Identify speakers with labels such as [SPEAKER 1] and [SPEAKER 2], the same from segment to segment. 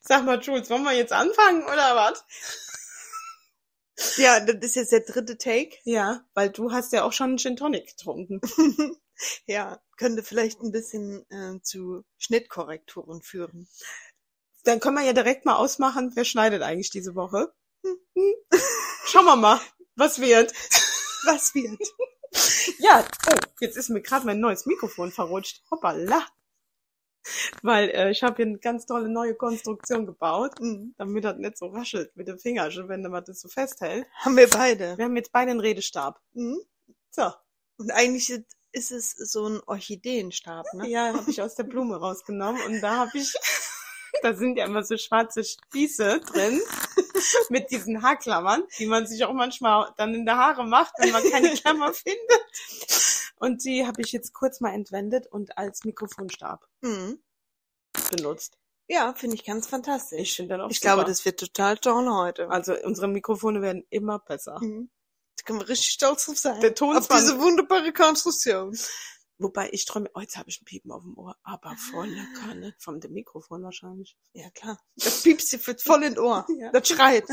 [SPEAKER 1] Sag mal, Jules, wollen wir jetzt anfangen oder was?
[SPEAKER 2] Ja, das ist jetzt der dritte Take.
[SPEAKER 1] Ja, weil du hast ja auch schon einen Gin Tonic getrunken.
[SPEAKER 2] ja, könnte vielleicht ein bisschen äh, zu Schnittkorrekturen führen.
[SPEAKER 1] Dann können wir ja direkt mal ausmachen, wer schneidet eigentlich diese Woche. Schauen wir mal, was wird.
[SPEAKER 2] Was wird?
[SPEAKER 1] ja, oh, jetzt ist mir gerade mein neues Mikrofon verrutscht. Hoppala. Weil äh, ich habe hier eine ganz tolle neue Konstruktion gebaut,
[SPEAKER 2] hm,
[SPEAKER 1] damit das nicht so raschelt mit dem Fingerchen, wenn man das so festhält.
[SPEAKER 2] Haben wir beide.
[SPEAKER 1] Wir haben jetzt beide einen Redestab.
[SPEAKER 2] Mhm.
[SPEAKER 1] So,
[SPEAKER 2] Und eigentlich ist- ist es so ein Orchideenstab, ne?
[SPEAKER 1] ja, habe ich aus der Blume rausgenommen und da habe ich, da sind ja immer so schwarze Spieße drin mit diesen Haarklammern, die man sich auch manchmal dann in der Haare macht, wenn man keine Klammer findet. Und die habe ich jetzt kurz mal entwendet und als Mikrofonstab
[SPEAKER 2] Mhm.
[SPEAKER 1] benutzt.
[SPEAKER 2] Ja, finde ich ganz fantastisch.
[SPEAKER 1] Ich finde dann auch
[SPEAKER 2] Ich
[SPEAKER 1] super.
[SPEAKER 2] glaube, das wird total toll heute.
[SPEAKER 1] also unsere Mikrofone werden immer besser.
[SPEAKER 2] Mhm. Da können wir richtig stolz drauf sein.
[SPEAKER 1] Der Ton
[SPEAKER 2] Auf
[SPEAKER 1] zwar-
[SPEAKER 2] diese wunderbare Konstruktion.
[SPEAKER 1] Wobei ich träume, oh, jetzt habe ich ein Piepen auf dem Ohr, aber volle Kanne. Vom dem Mikrofon wahrscheinlich.
[SPEAKER 2] Ja, klar. Das piepst dir voll in Ohr.
[SPEAKER 1] Ja.
[SPEAKER 2] Das schreit.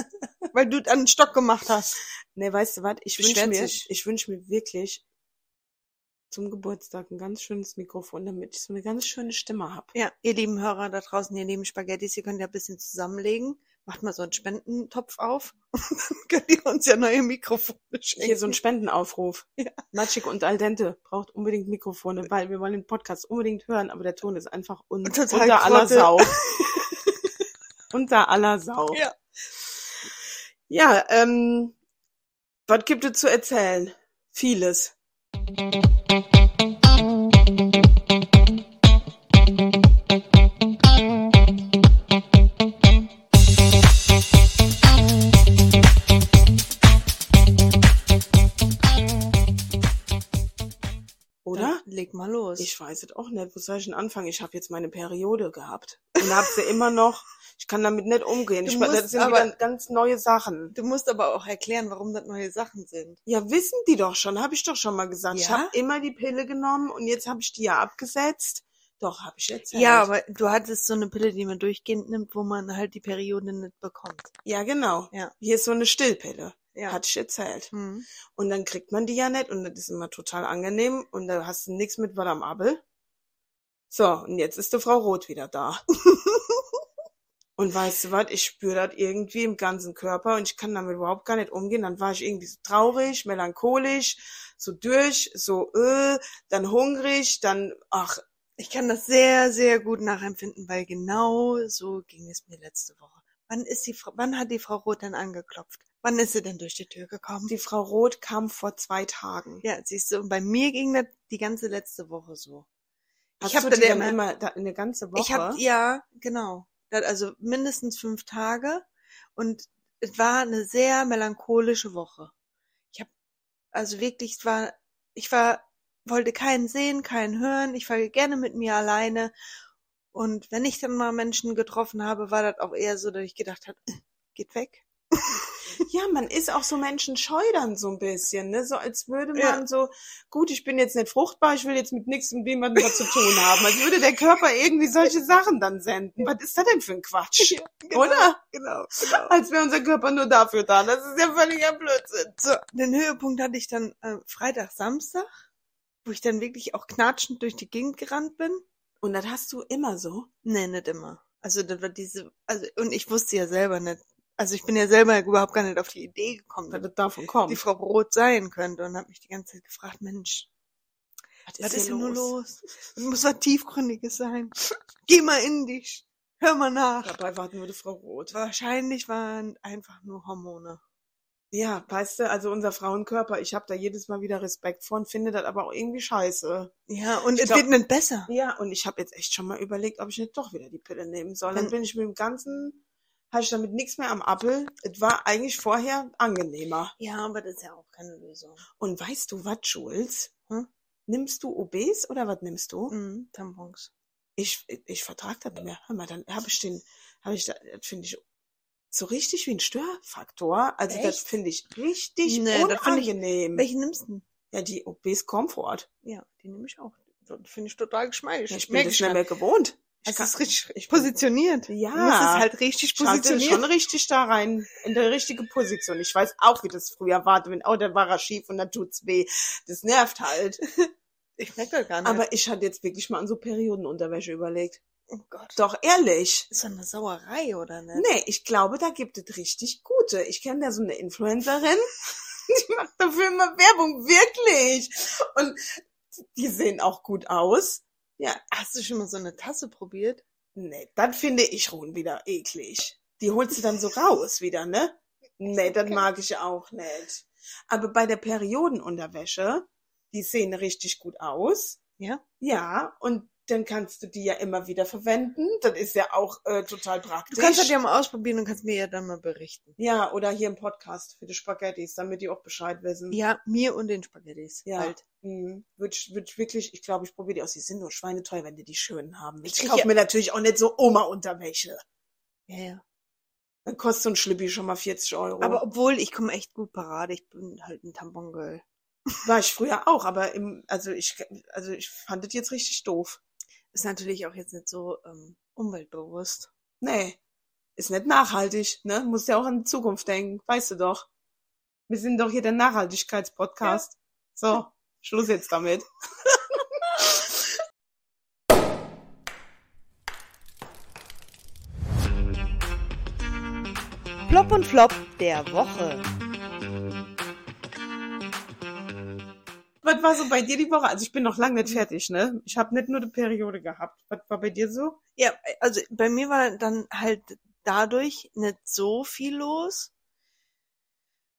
[SPEAKER 2] Weil du an den Stock gemacht hast.
[SPEAKER 1] Nee, Ne, weißt du was? Ich wünsche
[SPEAKER 2] Beschwert
[SPEAKER 1] mir,
[SPEAKER 2] sich.
[SPEAKER 1] ich wünsche mir wirklich zum Geburtstag ein ganz schönes Mikrofon, damit ich so eine ganz schöne Stimme habe.
[SPEAKER 2] Ja, ihr lieben Hörer da draußen, ihr lieben Spaghettis, ihr könnt ja ein bisschen zusammenlegen. Macht mal so einen Spendentopf auf. Und dann könnt ihr uns ja neue Mikrofone schenken.
[SPEAKER 1] Hier so ein Spendenaufruf.
[SPEAKER 2] Ja.
[SPEAKER 1] Natschik und Al Dente braucht unbedingt Mikrofone, weil wir wollen den Podcast unbedingt hören, aber der Ton ist einfach un
[SPEAKER 2] Total
[SPEAKER 1] unter aller
[SPEAKER 2] Grotte.
[SPEAKER 1] Sau. unter aller Sau.
[SPEAKER 2] Ja.
[SPEAKER 1] Ja, ähm, was gibt es zu erzählen? Vieles. Oder?
[SPEAKER 2] Dann leg mal los.
[SPEAKER 1] Ich weiß es auch nicht. Wo soll ich denn anfangen? Ich habe jetzt meine Periode gehabt. Und habe sie immer noch. Ich kann damit nicht umgehen.
[SPEAKER 2] Du
[SPEAKER 1] Ich,
[SPEAKER 2] musst
[SPEAKER 1] das sind
[SPEAKER 2] aber-
[SPEAKER 1] wieder ganz neue Sachen.
[SPEAKER 2] du musst aber auch erklären, warum das neue Sachen sind.
[SPEAKER 1] Ja, wissen die doch schon, habe ich doch schon mal gesagt. Ich
[SPEAKER 2] Ja?
[SPEAKER 1] habe immer die Pille genommen und jetzt habe ich die ja abgesetzt. Doch, habe ich jetzt.
[SPEAKER 2] Ja, aber du hattest so eine Pille, die man durchgehend nimmt, wo man halt die Periode nicht bekommt.
[SPEAKER 1] Ja, genau.
[SPEAKER 2] Ja.
[SPEAKER 1] Hier ist so eine Stillpille.
[SPEAKER 2] Ja.
[SPEAKER 1] Hatte ich erzählt.
[SPEAKER 2] Hm.
[SPEAKER 1] Und dann kriegt man die ja nicht und das ist immer total angenehm und da hast du nichts mit was am Abel. So, und jetzt ist die Frau Roth wieder da. und weißt du was, ich spüre das irgendwie im ganzen Körper und ich kann damit überhaupt gar nicht umgehen. Dann war ich irgendwie so traurig, melancholisch, so durch, so äh, dann hungrig, dann, ach,
[SPEAKER 2] Ich kann das sehr, sehr gut nachempfinden, weil genau so ging es mir letzte Woche. Wann ist die Frau, wann hat die Frau Roth denn angeklopft? Wann ist sie denn durch die Tür gekommen?
[SPEAKER 1] die Frau Roth kam vor zwei Tagen.
[SPEAKER 2] ja, siehst du, und bei mir ging das die ganze letzte Woche so.
[SPEAKER 1] Hast
[SPEAKER 2] ich habe
[SPEAKER 1] du
[SPEAKER 2] da
[SPEAKER 1] die dann
[SPEAKER 2] immer-
[SPEAKER 1] immer da, eine ganze Woche?
[SPEAKER 2] Ich habe ja genau, Das- also mindestens fünf Tage und es war eine sehr melancholische Woche. Ich habe also wirklich, es war, ich war wollte keinen sehen, keinen hören. Ich war gerne mit mir alleine und wenn ich dann mal Menschen getroffen habe, war das auch eher so, dass ich gedacht habe, geht weg.
[SPEAKER 1] Ja, man ist auch so Menschen scheudern so ein bisschen, ne? So als würde man
[SPEAKER 2] Ja.
[SPEAKER 1] so, gut, ich bin jetzt nicht fruchtbar, ich will jetzt mit nichts und jemandem was zu tun haben. Als würde der Körper irgendwie solche Sachen dann senden. Was ist das denn für ein Quatsch?
[SPEAKER 2] genau,
[SPEAKER 1] Oder?
[SPEAKER 2] Genau. genau.
[SPEAKER 1] Als wäre unser Körper nur dafür da. Das ist ja völliger Blödsinn.
[SPEAKER 2] So, den Höhepunkt hatte ich dann äh, Freitag, Samstag, wo ich dann wirklich auch knatschend durch die Gegend gerannt bin.
[SPEAKER 1] Und das hast du immer so.
[SPEAKER 2] Nee, nicht immer. Also das war diese, also und ich wusste ja selber nicht, also ich bin ja selber überhaupt gar nicht auf die Idee gekommen,
[SPEAKER 1] Weil
[SPEAKER 2] dass
[SPEAKER 1] das davon
[SPEAKER 2] die
[SPEAKER 1] kommt.
[SPEAKER 2] Frau Roth sein könnte und habe mich die ganze Zeit gefragt, Mensch, was ist
[SPEAKER 1] hier
[SPEAKER 2] denn nur los? Es muss was Tiefgründiges sein. Geh mal in dich, hör mal nach.
[SPEAKER 1] Dabei warten würde Frau Roth.
[SPEAKER 2] Wahrscheinlich waren einfach nur Hormone.
[SPEAKER 1] Ja, weißt du, also unser Frauenkörper, ich habe da jedes Mal wieder Respekt vor und finde das aber auch irgendwie scheiße.
[SPEAKER 2] Ja, und
[SPEAKER 1] Ich
[SPEAKER 2] es
[SPEAKER 1] glaub-
[SPEAKER 2] wird nicht besser.
[SPEAKER 1] Ja, und ich habe jetzt echt schon mal überlegt, ob ich nicht doch wieder die Pille nehmen soll. Dann
[SPEAKER 2] Dann-
[SPEAKER 1] bin ich mit dem ganzen, hatte ich damit nichts mehr am Appel. Es war eigentlich vorher angenehmer.
[SPEAKER 2] Ja, aber das ist ja auch keine Lösung.
[SPEAKER 1] Und weißt du was, Jules?
[SPEAKER 2] Hm?
[SPEAKER 1] Nimmst du OBs oder was nimmst du?
[SPEAKER 2] Mhm, Tampons.
[SPEAKER 1] Ich, ich vertrag das nicht mehr. Hör mal, dann habe ich den, habe ich, da- das finde ich so richtig wie ein Störfaktor. Also das
[SPEAKER 2] Echt?
[SPEAKER 1] finde ich richtig
[SPEAKER 2] Nee, das find ich-
[SPEAKER 1] unangenehm.
[SPEAKER 2] Welche nimmst du denn?
[SPEAKER 1] ja, die OBs Komfort.
[SPEAKER 2] Ja, die nehme ich auch. Finde ich total geschmeidig.
[SPEAKER 1] Ja, ich bin
[SPEAKER 2] Merk
[SPEAKER 1] das
[SPEAKER 2] ich
[SPEAKER 1] nicht
[SPEAKER 2] grad.
[SPEAKER 1] mehr gewohnt. Ich
[SPEAKER 2] Es
[SPEAKER 1] kann-
[SPEAKER 2] ist richtig positioniert.
[SPEAKER 1] Ja.
[SPEAKER 2] Du musst es halt richtig
[SPEAKER 1] Schalte
[SPEAKER 2] positionieren.
[SPEAKER 1] schon richtig da rein, in die richtige Position. Ich weiß auch, wie das früher war, wenn, oh, da war er schief und da tut's weh. Das nervt halt.
[SPEAKER 2] Ich merke das gar nicht.
[SPEAKER 1] Aber ich hatte jetzt wirklich mal an so Periodenunterwäsche überlegt.
[SPEAKER 2] oh Gott.
[SPEAKER 1] Doch ehrlich.
[SPEAKER 2] Ist doch eine Sauerei, oder ne?
[SPEAKER 1] Nee, ich glaube, da gibt es richtig gute. Ich kenne da so eine Influencerin, die macht dafür immer Werbung, wirklich. Und die sehen auch gut aus.
[SPEAKER 2] Hast du schon mal so eine Tasse probiert?
[SPEAKER 1] Nee, dann finde ich Ruhen wieder eklig. Die holst du dann so raus wieder, ne? Nee, das mag ich auch nicht. Aber bei der Periodenunterwäsche, die sehen richtig gut aus.
[SPEAKER 2] Ja?
[SPEAKER 1] Ja, und dann kannst du die ja immer wieder verwenden. Das ist ja auch äh, total praktisch.
[SPEAKER 2] Du kannst das ja mal ausprobieren und kannst mir ja dann mal berichten.
[SPEAKER 1] ja, oder hier im Podcast für die Spaghettis, damit die auch Bescheid wissen.
[SPEAKER 2] Ja, mir und den Spaghettis.
[SPEAKER 1] Ja.
[SPEAKER 2] Halt.
[SPEAKER 1] Mhm. Würde ich, würd ich wirklich, ich glaube, ich probiere die aus. Die sind nur schweineteuer, wenn die die schönen haben.
[SPEAKER 2] Ich
[SPEAKER 1] Ich,
[SPEAKER 2] krieg
[SPEAKER 1] kaufe
[SPEAKER 2] ja-
[SPEAKER 1] mir natürlich auch nicht so Oma-Unterwäsche.
[SPEAKER 2] Ja, ja.
[SPEAKER 1] Dann kostet so ein Schlippi schon mal 40 Euro.
[SPEAKER 2] Aber obwohl, ich komme echt gut parade. Ich bin halt ein Tampon-Girl.
[SPEAKER 1] War ich früher auch, aber im, also ich, also ich fand das jetzt richtig doof.
[SPEAKER 2] Ist natürlich auch jetzt nicht so ähm, umweltbewusst.
[SPEAKER 1] Nee. Ist nicht nachhaltig, ne? Musst ja auch an die Zukunft denken, weißt du doch. Wir sind doch hier der Nachhaltigkeitspodcast. So, Schluss jetzt damit.
[SPEAKER 2] Plop und Flop der Woche.
[SPEAKER 1] Was war so bei dir die Woche? Also ich bin noch lange nicht fertig, ne? Ich habe nicht nur eine Periode gehabt. Was war bei dir so?
[SPEAKER 2] Ja, also bei mir war dann halt dadurch nicht so viel los.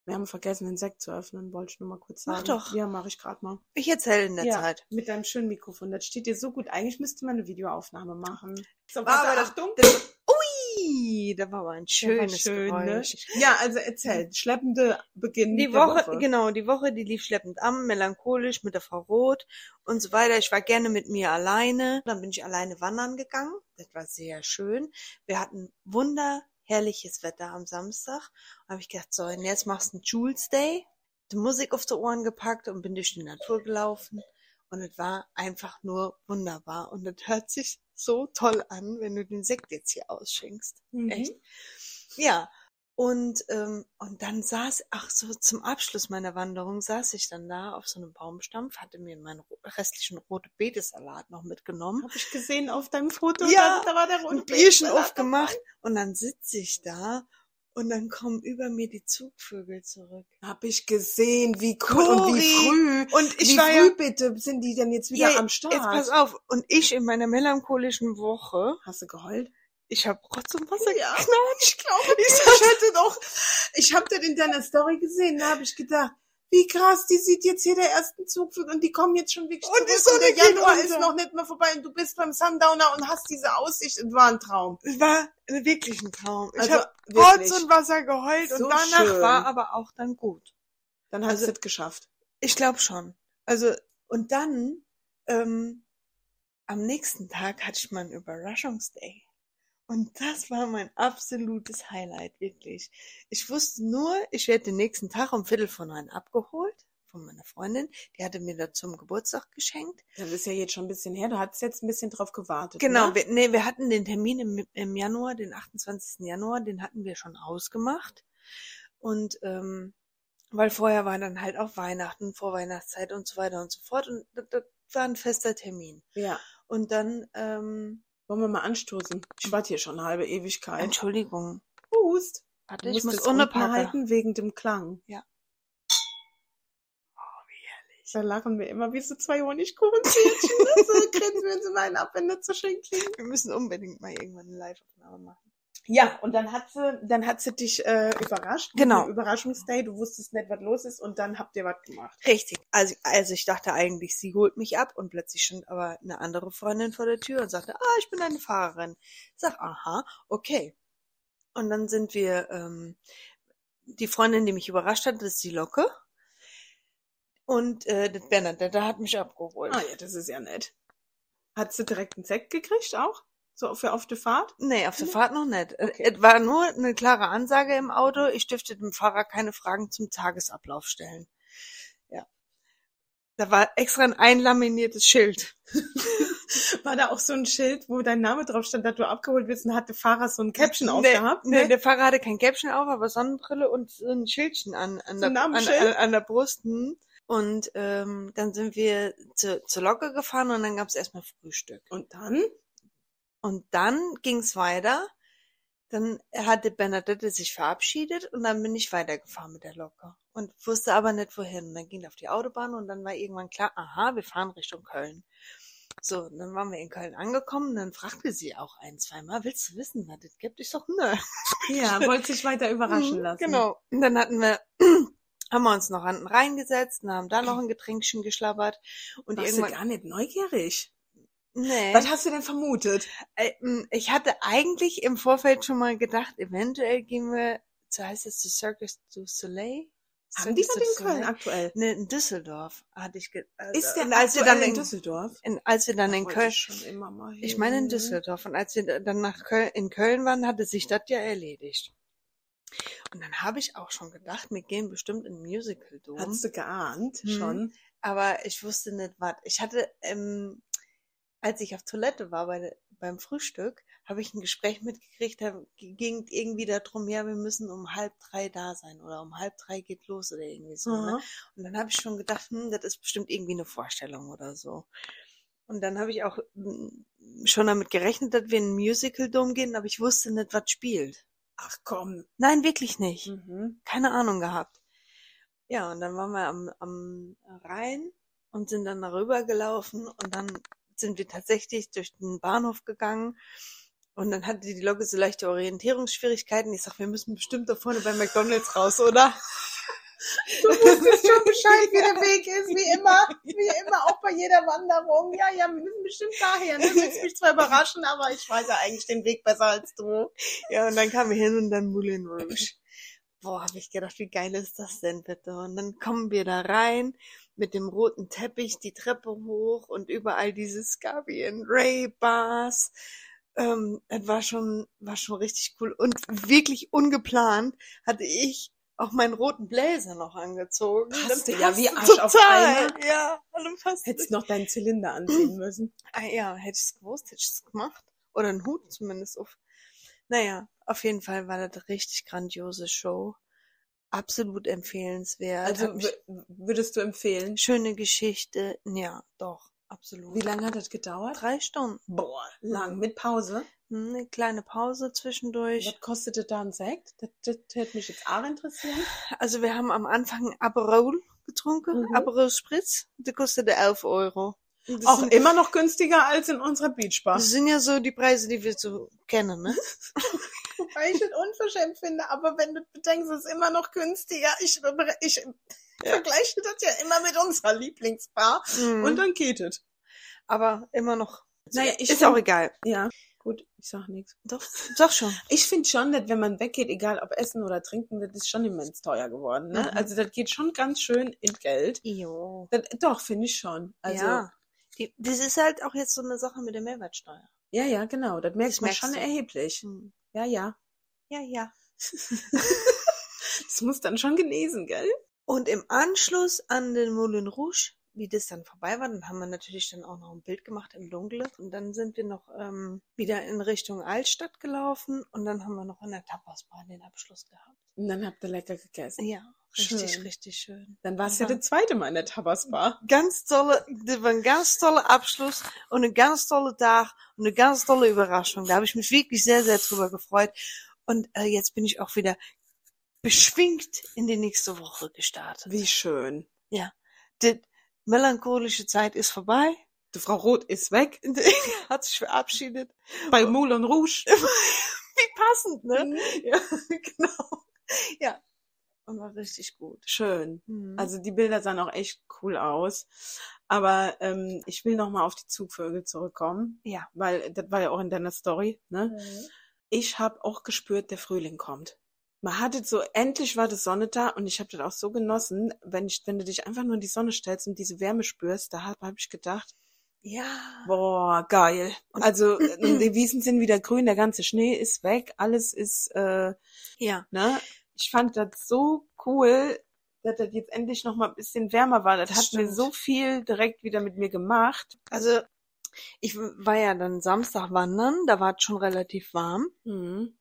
[SPEAKER 1] Wir haben vergessen, den Sekt zu öffnen, wollte ich nur mal kurz sagen.
[SPEAKER 2] Mach doch.
[SPEAKER 1] Ja, mache ich gerade mal.
[SPEAKER 2] Ich erzähle in der
[SPEAKER 1] Ja.
[SPEAKER 2] Zeit.
[SPEAKER 1] Mit deinem schönen Mikrofon. Das steht dir so gut. Eigentlich müsste man eine Videoaufnahme machen. So,
[SPEAKER 2] aber das-
[SPEAKER 1] Achtung.
[SPEAKER 2] Das, ui, da war aber ein
[SPEAKER 1] Ja, war
[SPEAKER 2] schönes
[SPEAKER 1] schön, ne?
[SPEAKER 2] Geräusch. Mhm.
[SPEAKER 1] Ja, also erzähl. Schleppende Beginn
[SPEAKER 2] Die
[SPEAKER 1] der
[SPEAKER 2] Woche, genau, die Woche, die lief schleppend an, melancholisch mit der Frau Roth und so weiter. Ich war gerne mit mir alleine. Dann bin ich alleine wandern gegangen. Das war sehr schön. Wir hatten wunderherrliches Wetter am Samstag. Da habe ich gedacht, so, und jetzt machst du einen Jules Day. Die Musik auf die Ohren gepackt und bin durch die Natur gelaufen. Und es war einfach nur wunderbar. Und das hört sich so toll an, wenn du den Sekt jetzt hier ausschenkst.
[SPEAKER 1] Mhm.
[SPEAKER 2] Echt? Ja. Und, ähm, und dann saß, ach so, zum Abschluss meiner Wanderung saß ich dann da auf so einem Baumstampf, hatte mir meinen ro- restlichen rote Betesalat noch mitgenommen,
[SPEAKER 1] Hab ich gesehen auf deinem Foto.
[SPEAKER 2] Ja,
[SPEAKER 1] da, da war der rote
[SPEAKER 2] ein Bierchen
[SPEAKER 1] Besen.
[SPEAKER 2] aufgemacht und dann sitze ich da und dann kommen über mir die Zugvögel zurück.
[SPEAKER 1] Hab ich gesehen, wie cool und wie früh.
[SPEAKER 2] Und ich
[SPEAKER 1] wie
[SPEAKER 2] war
[SPEAKER 1] früh
[SPEAKER 2] ja,
[SPEAKER 1] bitte sind die denn jetzt wieder
[SPEAKER 2] Ja,
[SPEAKER 1] am Start?
[SPEAKER 2] jetzt pass auf, und ich in meiner melancholischen Woche,
[SPEAKER 1] Hast du geheult?
[SPEAKER 2] ich habe Rotz und Wasser
[SPEAKER 1] Ja.
[SPEAKER 2] geknallt.
[SPEAKER 1] Ich glaube, ich hätte doch. Ich habe das in deiner Story gesehen. Da habe ich gedacht, wie krass, die sieht jetzt hier der ersten Zug und die kommen jetzt schon wirklich
[SPEAKER 2] Und die
[SPEAKER 1] zurück
[SPEAKER 2] Sonne
[SPEAKER 1] der
[SPEAKER 2] geht
[SPEAKER 1] Januar ist
[SPEAKER 2] unter.
[SPEAKER 1] noch nicht mal vorbei und du bist beim Sundowner und hast diese Aussicht. Es war ein Traum.
[SPEAKER 2] Es war wirklich ein Traum. Ich
[SPEAKER 1] Also,
[SPEAKER 2] habe
[SPEAKER 1] wirklich.
[SPEAKER 2] Rotz und Wasser geheult
[SPEAKER 1] So
[SPEAKER 2] und danach
[SPEAKER 1] schön.
[SPEAKER 2] war aber auch dann gut.
[SPEAKER 1] Dann hast
[SPEAKER 2] Also-
[SPEAKER 1] du es geschafft.
[SPEAKER 2] Ich glaube schon. Also, und dann, ähm, am nächsten Tag hatte ich meinen Überraschungsday. Und das war mein absolutes Highlight, wirklich. Ich wusste nur, ich werde den nächsten Tag um Viertel vor neun abgeholt von meiner Freundin. Die hatte mir das zum Geburtstag geschenkt.
[SPEAKER 1] Das ist ja jetzt schon ein bisschen her. Du hast jetzt ein bisschen drauf gewartet.
[SPEAKER 2] Genau,
[SPEAKER 1] Ne?
[SPEAKER 2] wir, nee, wir hatten den Termin im, im Januar, den 28. Januar, den hatten wir schon ausgemacht. Und ähm, weil vorher war dann halt auch Weihnachten, Vorweihnachtszeit und so weiter und so fort. Und das, das war ein fester Termin.
[SPEAKER 1] Ja.
[SPEAKER 2] Und dann, ähm,
[SPEAKER 1] Wollen wir mal anstoßen? Ich warte hier schon eine halbe Ewigkeit.
[SPEAKER 2] Entschuldigung,
[SPEAKER 1] Prost.
[SPEAKER 2] warte,
[SPEAKER 1] Du
[SPEAKER 2] ich
[SPEAKER 1] musst
[SPEAKER 2] muss
[SPEAKER 1] es
[SPEAKER 2] ohne
[SPEAKER 1] unten
[SPEAKER 2] Packe.
[SPEAKER 1] halten wegen dem Klang.
[SPEAKER 2] Ja.
[SPEAKER 1] Oh, Da lachen wir immer wie so zwei Honigkuchenzähnchen. ne? so grinsen wir uns immer einen ab, wenn das so schön klingt.
[SPEAKER 2] Wir müssen unbedingt mal irgendwann eine Live-Aufnahme machen.
[SPEAKER 1] Ja, und dann hat sie, dann hat sie dich äh, überrascht. mit
[SPEAKER 2] Genau.
[SPEAKER 1] einem Überraschungsday, du wusstest nicht, was los ist und dann habt ihr was gemacht.
[SPEAKER 2] Richtig. Also, also ich dachte eigentlich, sie holt mich ab und plötzlich stand aber eine andere Freundin vor der Tür und sagte, ah, ich bin deine Fahrerin. Ich sag, aha, okay. Und dann sind wir, ähm, die Freundin, die mich überrascht hat, das ist die Locke. Und äh, das Bernadette hat mich abgeholt.
[SPEAKER 1] Ah ja, das ist ja nett. Hat sie direkt einen Sekt gekriegt auch? So für auf die Fahrt?
[SPEAKER 2] Nee, auf der
[SPEAKER 1] Nee.
[SPEAKER 2] Fahrt noch nicht. Äh,
[SPEAKER 1] Okay.
[SPEAKER 2] Es war nur eine klare Ansage im Auto, ich dürfte dem Fahrer keine Fragen zum Tagesablauf stellen. Ja. Da war extra ein einlaminiertes Schild.
[SPEAKER 1] War da auch so ein Schild, wo dein Name drauf stand, dass du abgeholt wirst und hatte Fahrer so ein Caption
[SPEAKER 2] nee,
[SPEAKER 1] aufgehabt?
[SPEAKER 2] Nee,
[SPEAKER 1] Ne?
[SPEAKER 2] der Fahrer hatte kein Caption auf, aber Sonnenbrille und so ein Schildchen an, an,
[SPEAKER 1] So
[SPEAKER 2] der,
[SPEAKER 1] ein
[SPEAKER 2] an, an,
[SPEAKER 1] Namensschild?
[SPEAKER 2] an der Brust. hm. Und ähm, dann sind wir zu, zur Locke gefahren und dann gab's erstmal Frühstück.
[SPEAKER 1] Und dann?
[SPEAKER 2] Und dann ging's weiter. Dann hatte Bernadette sich verabschiedet und dann bin ich weitergefahren mit der Locke und wusste aber nicht wohin. Und dann ging auf die Autobahn und dann war irgendwann klar, aha, wir fahren Richtung Köln. So, und dann waren wir in Köln angekommen und dann fragte sie auch ein, zweimal, willst du wissen, was das gibt? Ich ne. sag, nö.
[SPEAKER 1] Ja, wollte sich weiter überraschen
[SPEAKER 2] Mhm,
[SPEAKER 1] lassen.
[SPEAKER 2] Genau. Und dann hatten wir, haben wir uns noch hinten reingesetzt und haben da noch ein Getränkchen geschlabbert und
[SPEAKER 1] Warst du
[SPEAKER 2] irgendwann,
[SPEAKER 1] gar nicht neugierig?
[SPEAKER 2] nee.
[SPEAKER 1] Was hast du denn vermutet?
[SPEAKER 2] Äh, mh, Ich hatte eigentlich im Vorfeld schon mal gedacht, eventuell gehen wir, so heißt es, zu Circus du Soleil?
[SPEAKER 1] Haben die
[SPEAKER 2] Cirque
[SPEAKER 1] noch
[SPEAKER 2] du
[SPEAKER 1] den Köln
[SPEAKER 2] Soleil?
[SPEAKER 1] aktuell?
[SPEAKER 2] Nee, in Düsseldorf hatte ich ge also,
[SPEAKER 1] Ist der
[SPEAKER 2] und als wir
[SPEAKER 1] aktuell
[SPEAKER 2] dann
[SPEAKER 1] in
[SPEAKER 2] in,
[SPEAKER 1] Düsseldorf?
[SPEAKER 2] in, als wir dann in
[SPEAKER 1] Wollte
[SPEAKER 2] Köln,
[SPEAKER 1] Ich, schon immer mal
[SPEAKER 2] ich
[SPEAKER 1] hin.
[SPEAKER 2] meine in Düsseldorf, und als wir da- dann nach Köln, in Köln waren, hatte sich das ja erledigt. Und dann habe ich auch schon gedacht, wir gehen bestimmt in Musical Dome.
[SPEAKER 1] Hast du geahnt
[SPEAKER 2] Mhm.
[SPEAKER 1] schon?
[SPEAKER 2] aber ich wusste nicht was. Ich hatte, ähm, als ich auf Toilette war bei, de- beim Frühstück, habe ich ein Gespräch mitgekriegt, da g- ging irgendwie darum, ja, wir müssen um halb drei da sein oder um halb drei geht los oder irgendwie so. Ne?
[SPEAKER 1] Mhm.
[SPEAKER 2] Und dann habe ich schon gedacht, hm, das ist bestimmt irgendwie eine Vorstellung oder so. Und dann habe ich auch hm, schon damit gerechnet, dass wir in ein Musical-Dom gehen, aber ich wusste nicht, was spielt.
[SPEAKER 1] Ach komm.
[SPEAKER 2] Nein, wirklich nicht
[SPEAKER 1] Mhm.
[SPEAKER 2] keine Ahnung gehabt. Ja, und dann waren wir am, am Rhein und sind dann darüber gelaufen und dann sind wir tatsächlich durch den Bahnhof gegangen und dann hatte die Logge so leichte Orientierungsschwierigkeiten. Ich sag, wir müssen bestimmt da vorne bei McDonalds raus, oder?
[SPEAKER 1] Du wusstest schon Bescheid, wie der Weg ist, wie immer, wie immer, auch bei jeder Wanderung. Ja, ja, wir müssen bestimmt daher. Ne? Du willst mich zwar überraschen, aber ich weiß ja eigentlich den Weg besser als du.
[SPEAKER 2] Ja, und dann kamen wir hin und dann Moulin Rouge. Boah, habe ich gedacht, wie geil ist das denn bitte? Und dann kommen wir da rein mit dem roten Teppich, die Treppe hoch und überall diese Scabi and Ray Bars. Ähm, es war schon, war schon richtig cool. Und wirklich ungeplant hatte ich auch meinen roten Bläser noch angezogen.
[SPEAKER 1] Passte
[SPEAKER 2] Dann
[SPEAKER 1] ja wie
[SPEAKER 2] passte
[SPEAKER 1] Arsch auf
[SPEAKER 2] total. Ja, dann passt
[SPEAKER 1] Hättest noch deinen Zylinder anziehen müssen.
[SPEAKER 2] Ah ja, hätte ich es gewusst, hätte ich es gemacht. Oder einen Hut zumindest auf. Naja, auf jeden Fall war das eine richtig grandiose Show. Absolut empfehlenswert. Hat
[SPEAKER 1] Also
[SPEAKER 2] mich,
[SPEAKER 1] w- würdest du empfehlen?
[SPEAKER 2] schöne Geschichte. Ja, doch, absolut.
[SPEAKER 1] Wie lange hat das gedauert?
[SPEAKER 2] Drei Stunden.
[SPEAKER 1] Boah, lang. Mit Pause.
[SPEAKER 2] Hm, Eine kleine Pause zwischendurch.
[SPEAKER 1] Was kostete da ein Sekt? Das, das hätte mich jetzt auch interessieren.
[SPEAKER 2] Also wir haben am Anfang Aperol getrunken,
[SPEAKER 1] Mhm.
[SPEAKER 2] Aperol Spritz. Der kostete 11 Euro. Das
[SPEAKER 1] Auch
[SPEAKER 2] sind,
[SPEAKER 1] immer noch günstiger als in unserer Beachbar.
[SPEAKER 2] das sind ja so die Preise, die wir so kennen, ne?
[SPEAKER 1] Weil ich es unverschämt finde, aber wenn du bedenkst, es ist immer noch günstiger. Ich, ich vergleiche das ja immer mit unserer Lieblingsbar
[SPEAKER 2] Mhm.
[SPEAKER 1] und dann geht es.
[SPEAKER 2] Aber immer noch.
[SPEAKER 1] Naja, ich
[SPEAKER 2] ist
[SPEAKER 1] find-
[SPEAKER 2] auch egal.
[SPEAKER 1] Ja, gut, ich sag nichts.
[SPEAKER 2] Doch, doch schon.
[SPEAKER 1] Ich finde schon, dass wenn man weggeht, egal ob Essen oder Trinken, das ist schon immens teuer geworden. Ne?
[SPEAKER 2] Mhm.
[SPEAKER 1] Also das geht schon ganz schön in Geld.
[SPEAKER 2] Jo.
[SPEAKER 1] Das, doch, finde ich schon. Also,
[SPEAKER 2] ja. Die, das ist halt auch jetzt so eine Sache mit der Mehrwertsteuer.
[SPEAKER 1] ja, ja, genau. Das Mhm. merkt
[SPEAKER 2] Das
[SPEAKER 1] man
[SPEAKER 2] merkst
[SPEAKER 1] schon
[SPEAKER 2] du.
[SPEAKER 1] erheblich. Ja, ja.
[SPEAKER 2] Ja, ja.
[SPEAKER 1] Das muss dann schon genesen, gell?
[SPEAKER 2] Und im Anschluss an den Moulin Rouge, wie das dann vorbei war, dann haben wir natürlich dann auch noch ein Bild gemacht im Dunkeln. Und dann sind wir noch ähm, wieder in Richtung Altstadt gelaufen und dann haben wir noch in der Tapasbar den Abschluss gehabt.
[SPEAKER 1] Und dann habt ihr lecker gegessen.
[SPEAKER 2] Ja, richtig,
[SPEAKER 1] Schön.
[SPEAKER 2] richtig schön.
[SPEAKER 1] Dann war es ja
[SPEAKER 2] Ja.
[SPEAKER 1] der zweite Mal in der Tabasbar.
[SPEAKER 2] Ganz tolle, das war ein ganz toller Abschluss und ein ganz toller Tag und eine ganz tolle Überraschung. Da habe ich mich wirklich sehr, sehr drüber gefreut. Und äh, jetzt bin ich auch wieder beschwingt in die nächste Woche gestartet.
[SPEAKER 1] Wie schön.
[SPEAKER 2] Die melancholische Zeit ist vorbei.
[SPEAKER 1] Die Frau Roth ist weg
[SPEAKER 2] Hat sich verabschiedet.
[SPEAKER 1] bei Moulin Rouge.
[SPEAKER 2] Wie passend, ne?
[SPEAKER 1] Ja.
[SPEAKER 2] genau. Ja. Und war richtig gut.
[SPEAKER 1] Schön.
[SPEAKER 2] Mhm.
[SPEAKER 1] Also die Bilder sahen auch echt cool aus. Aber ähm, ich will nochmal auf die Zugvögel zurückkommen,
[SPEAKER 2] ja.
[SPEAKER 1] weil das war ja auch in deiner Story. Ne? Ich habe auch gespürt, der Frühling kommt. Man hatte so, endlich war die Sonne da und ich habe das auch so genossen, wenn, ich, wenn du dich einfach nur in die Sonne stellst und diese Wärme spürst, da habe hab ich gedacht,
[SPEAKER 2] Ja.
[SPEAKER 1] Boah, geil.
[SPEAKER 2] Und-
[SPEAKER 1] Also äh, die Wiesen sind wieder grün, der ganze Schnee ist weg, alles ist, äh,
[SPEAKER 2] Ja.
[SPEAKER 1] ne? Ich fand das so cool, dass das jetzt endlich noch mal ein bisschen wärmer war. Das,
[SPEAKER 2] Das
[SPEAKER 1] hat mir
[SPEAKER 2] stimmt.
[SPEAKER 1] so viel direkt wieder mit mir gemacht.
[SPEAKER 2] Also ich war ja dann Samstag wandern, da war es schon relativ warm.
[SPEAKER 1] Mhm.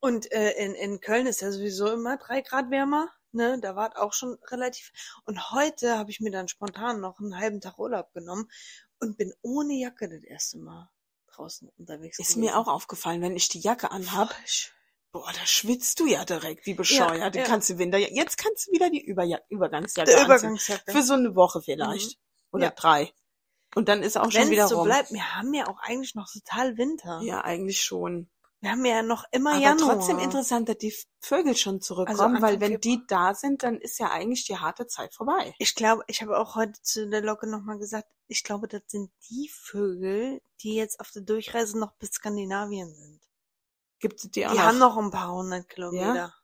[SPEAKER 2] Und äh, in, in Köln ist ja sowieso immer drei Grad wärmer. Ne, da war es auch schon relativ. Und heute habe ich mir dann spontan noch einen halben Tag Urlaub genommen und bin ohne Jacke das erste Mal draußen unterwegs.
[SPEAKER 1] Ist mir auch aufgefallen, wenn ich die Jacke anhab, Mhm. boah, da schwitzt du ja direkt, wie bescheuert.
[SPEAKER 2] Ja,
[SPEAKER 1] Ja,
[SPEAKER 2] ja.
[SPEAKER 1] Kannst du Winter, jetzt kannst du wieder die Überja Übergangsjacke Mhm.
[SPEAKER 2] der
[SPEAKER 1] anziehen.
[SPEAKER 2] Übergangsjacke.
[SPEAKER 1] Für so eine Woche vielleicht. Oder
[SPEAKER 2] Ja.
[SPEAKER 1] drei. Und dann ist auch schon
[SPEAKER 2] Wenn
[SPEAKER 1] wieder
[SPEAKER 2] es so
[SPEAKER 1] rum.
[SPEAKER 2] bleibt, wir haben ja auch eigentlich noch total Winter.
[SPEAKER 1] Ja, eigentlich schon.
[SPEAKER 2] Wir haben ja noch immer
[SPEAKER 1] Aber
[SPEAKER 2] Januar.
[SPEAKER 1] trotzdem interessant, dass die Vögel schon zurückkommen,
[SPEAKER 2] Anfang
[SPEAKER 1] weil wenn
[SPEAKER 2] Februar.
[SPEAKER 1] die da sind, dann ist ja eigentlich die harte Zeit vorbei.
[SPEAKER 2] Ich glaube, ich habe auch heute zu der Locke nochmal gesagt, ich glaube, das sind die Vögel, die jetzt auf der Durchreise noch bis Skandinavien sind.
[SPEAKER 1] Gibt es die auch
[SPEAKER 2] Die
[SPEAKER 1] noch?
[SPEAKER 2] haben noch ein paar hundert Kilometer.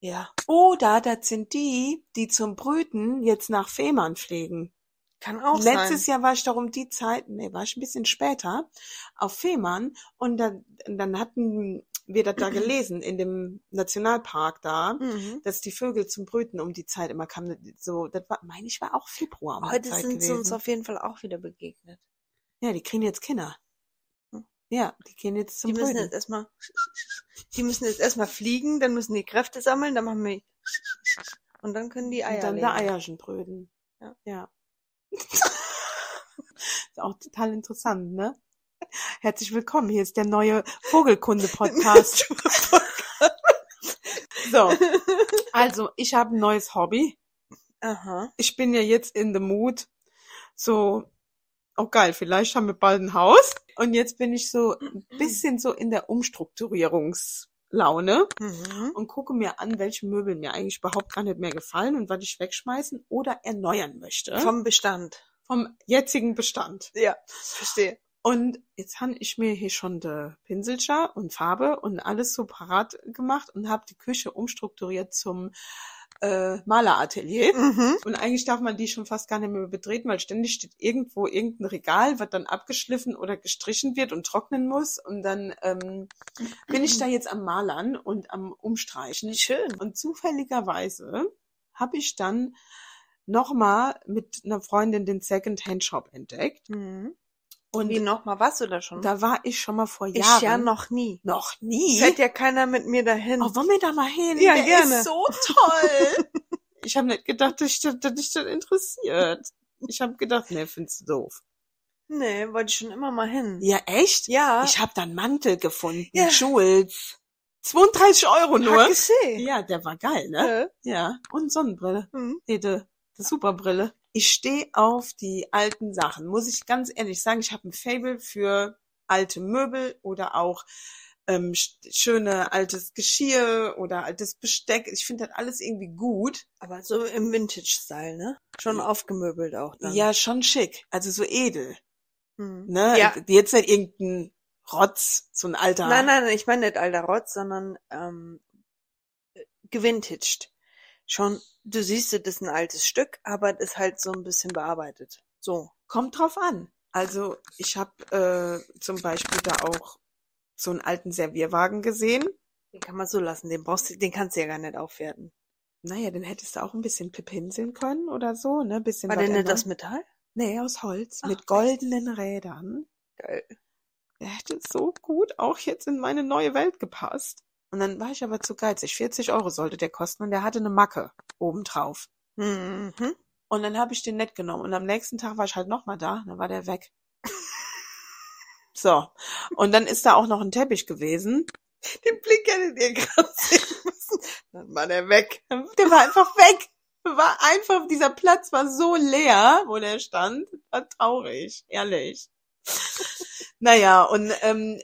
[SPEAKER 2] Ja,
[SPEAKER 1] Oder das sind die, die zum Brüten jetzt nach Fehmarn fliegen.
[SPEAKER 2] kann auch
[SPEAKER 1] Letztes
[SPEAKER 2] sein.
[SPEAKER 1] Jahr war ich da um die Zeit, nee, war ich ein bisschen später, auf Fehmarn und dann, dann hatten wir das da gelesen in dem Nationalpark da,
[SPEAKER 2] Mhm.
[SPEAKER 1] dass die Vögel zum Brüten um die Zeit immer kamen. So, das war, meine ich, war auch Februar. um die
[SPEAKER 2] Heute
[SPEAKER 1] Zeit
[SPEAKER 2] Oh, sind sie
[SPEAKER 1] gewesen.
[SPEAKER 2] uns auf jeden Fall auch wieder begegnet.
[SPEAKER 1] Ja, die kriegen jetzt Kinder.
[SPEAKER 2] Hm.
[SPEAKER 1] Ja, die gehen jetzt zum
[SPEAKER 2] die müssen
[SPEAKER 1] Brüten.
[SPEAKER 2] jetzt erstmal, die müssen jetzt erstmal fliegen, dann müssen die Kräfte sammeln, dann machen wir, und dann können die Eier
[SPEAKER 1] und dann
[SPEAKER 2] legen.
[SPEAKER 1] da Eierchen brüten.
[SPEAKER 2] Ja.
[SPEAKER 1] ja. ist auch total interessant, ne? Herzlich willkommen. Hier ist der neue Vogelkunde-Podcast. so, also ich habe ein neues Hobby.
[SPEAKER 2] Aha.
[SPEAKER 1] Ich bin ja jetzt in the mood. So, oh geil, vielleicht haben wir bald ein Haus. Und jetzt bin ich so ein bisschen so in der Umstrukturierungslaune
[SPEAKER 2] Mhm.
[SPEAKER 1] und gucke mir an, welche Möbel mir eigentlich überhaupt gar nicht mehr gefallen und was ich wegschmeißen oder erneuern möchte vom,
[SPEAKER 2] Vom Bestand.
[SPEAKER 1] jetzigen Bestand.
[SPEAKER 2] Ja, verstehe.
[SPEAKER 1] Und jetzt habe ich mir hier schon de Pinselschar und Farbe und alles so parat gemacht und habe die Küche umstrukturiert zum äh, Maleratelier.
[SPEAKER 2] Mhm.
[SPEAKER 1] Und eigentlich darf man die schon fast gar nicht mehr betreten, weil ständig steht irgendwo irgendein Regal, was dann abgeschliffen oder gestrichen wird und trocknen muss. Und dann ähm, bin ich da jetzt am Malern und am Umstreichen.
[SPEAKER 2] Schön.
[SPEAKER 1] Und zufälligerweise habe ich dann nochmal mit einer Freundin den Second-Hand-Shop entdeckt.
[SPEAKER 2] Mhm.
[SPEAKER 1] Und
[SPEAKER 2] Wie nochmal, warst du da schon?
[SPEAKER 1] da war ich schon mal vor Jahren.
[SPEAKER 2] ich ja noch nie.
[SPEAKER 1] noch nie.
[SPEAKER 2] Fährt ja keiner mit mir dahin.
[SPEAKER 1] Oh, wollen wir da mal hin?
[SPEAKER 2] Ja,
[SPEAKER 1] Der
[SPEAKER 2] gerne.
[SPEAKER 1] ist so toll. ich habe nicht gedacht, dass, ich, das- dass dich das interessiert. Ich habe gedacht, nee, findest du doof.
[SPEAKER 2] Nee, wollte ich schon immer mal hin.
[SPEAKER 1] Ja, echt?
[SPEAKER 2] Ja,
[SPEAKER 1] Ich habe da einen Mantel gefunden.
[SPEAKER 2] Ja.
[SPEAKER 1] Jules. 32 Euro
[SPEAKER 2] hab
[SPEAKER 1] nur.
[SPEAKER 2] gesehen. Äh,
[SPEAKER 1] Ja, der war geil, ne?
[SPEAKER 2] Ja.
[SPEAKER 1] Ja. Und Sonnenbrille.
[SPEAKER 2] Mhm.
[SPEAKER 1] Rede, die Superbrille. Ich stehe auf die alten Sachen, muss ich ganz ehrlich sagen. Ich habe ein Fable für alte Möbel oder auch ähm, sch- schöne altes Geschirr oder altes Besteck. Ich finde das alles irgendwie gut.
[SPEAKER 2] Aber so im Vintage-Style, ne? Schon aufgemöbelt auch dann.
[SPEAKER 1] Ja, schon schick. Also so edel.
[SPEAKER 2] Mhm.
[SPEAKER 1] Ne?
[SPEAKER 2] Ja.
[SPEAKER 1] Jetzt nicht irgendein Rotz, so ein alter.
[SPEAKER 2] Nein, nein, nein, ich meine nicht alter Rotz, sondern ähm, äh, gewintaged. Schon, du siehst, das ist ein altes Stück, aber es ist halt so ein bisschen bearbeitet. So.
[SPEAKER 1] Kommt drauf an. Also ich habe äh, zum Beispiel da auch so einen alten Servierwagen gesehen.
[SPEAKER 2] Den kann man so lassen, den brauchst du, den kannst du ja gar nicht aufwerten.
[SPEAKER 1] Naja, dann hättest du auch ein bisschen pepinseln können oder so, ne? Bisschen
[SPEAKER 2] War
[SPEAKER 1] was
[SPEAKER 2] denn nicht
[SPEAKER 1] ändern.
[SPEAKER 2] das Metall?
[SPEAKER 1] Nee, aus Holz
[SPEAKER 2] Ach,
[SPEAKER 1] mit goldenen Rädern.
[SPEAKER 2] Geil.
[SPEAKER 1] Der hätte so gut auch jetzt in meine neue Welt gepasst. Und dann war ich aber zu geizig. 40 Euro sollte der kosten und der hatte eine Macke obendrauf.
[SPEAKER 2] Mhm.
[SPEAKER 1] Und dann habe ich den nett genommen. Und am nächsten Tag war ich halt nochmal da, dann war der weg. So. Und dann ist da auch noch ein Teppich gewesen.
[SPEAKER 2] Den Blick hättet ihr gerade sehen müssen. Dann war der weg.
[SPEAKER 1] Der war einfach weg. War einfach, dieser Platz war so leer, wo der stand. War traurig, ehrlich. Naja, und ähm,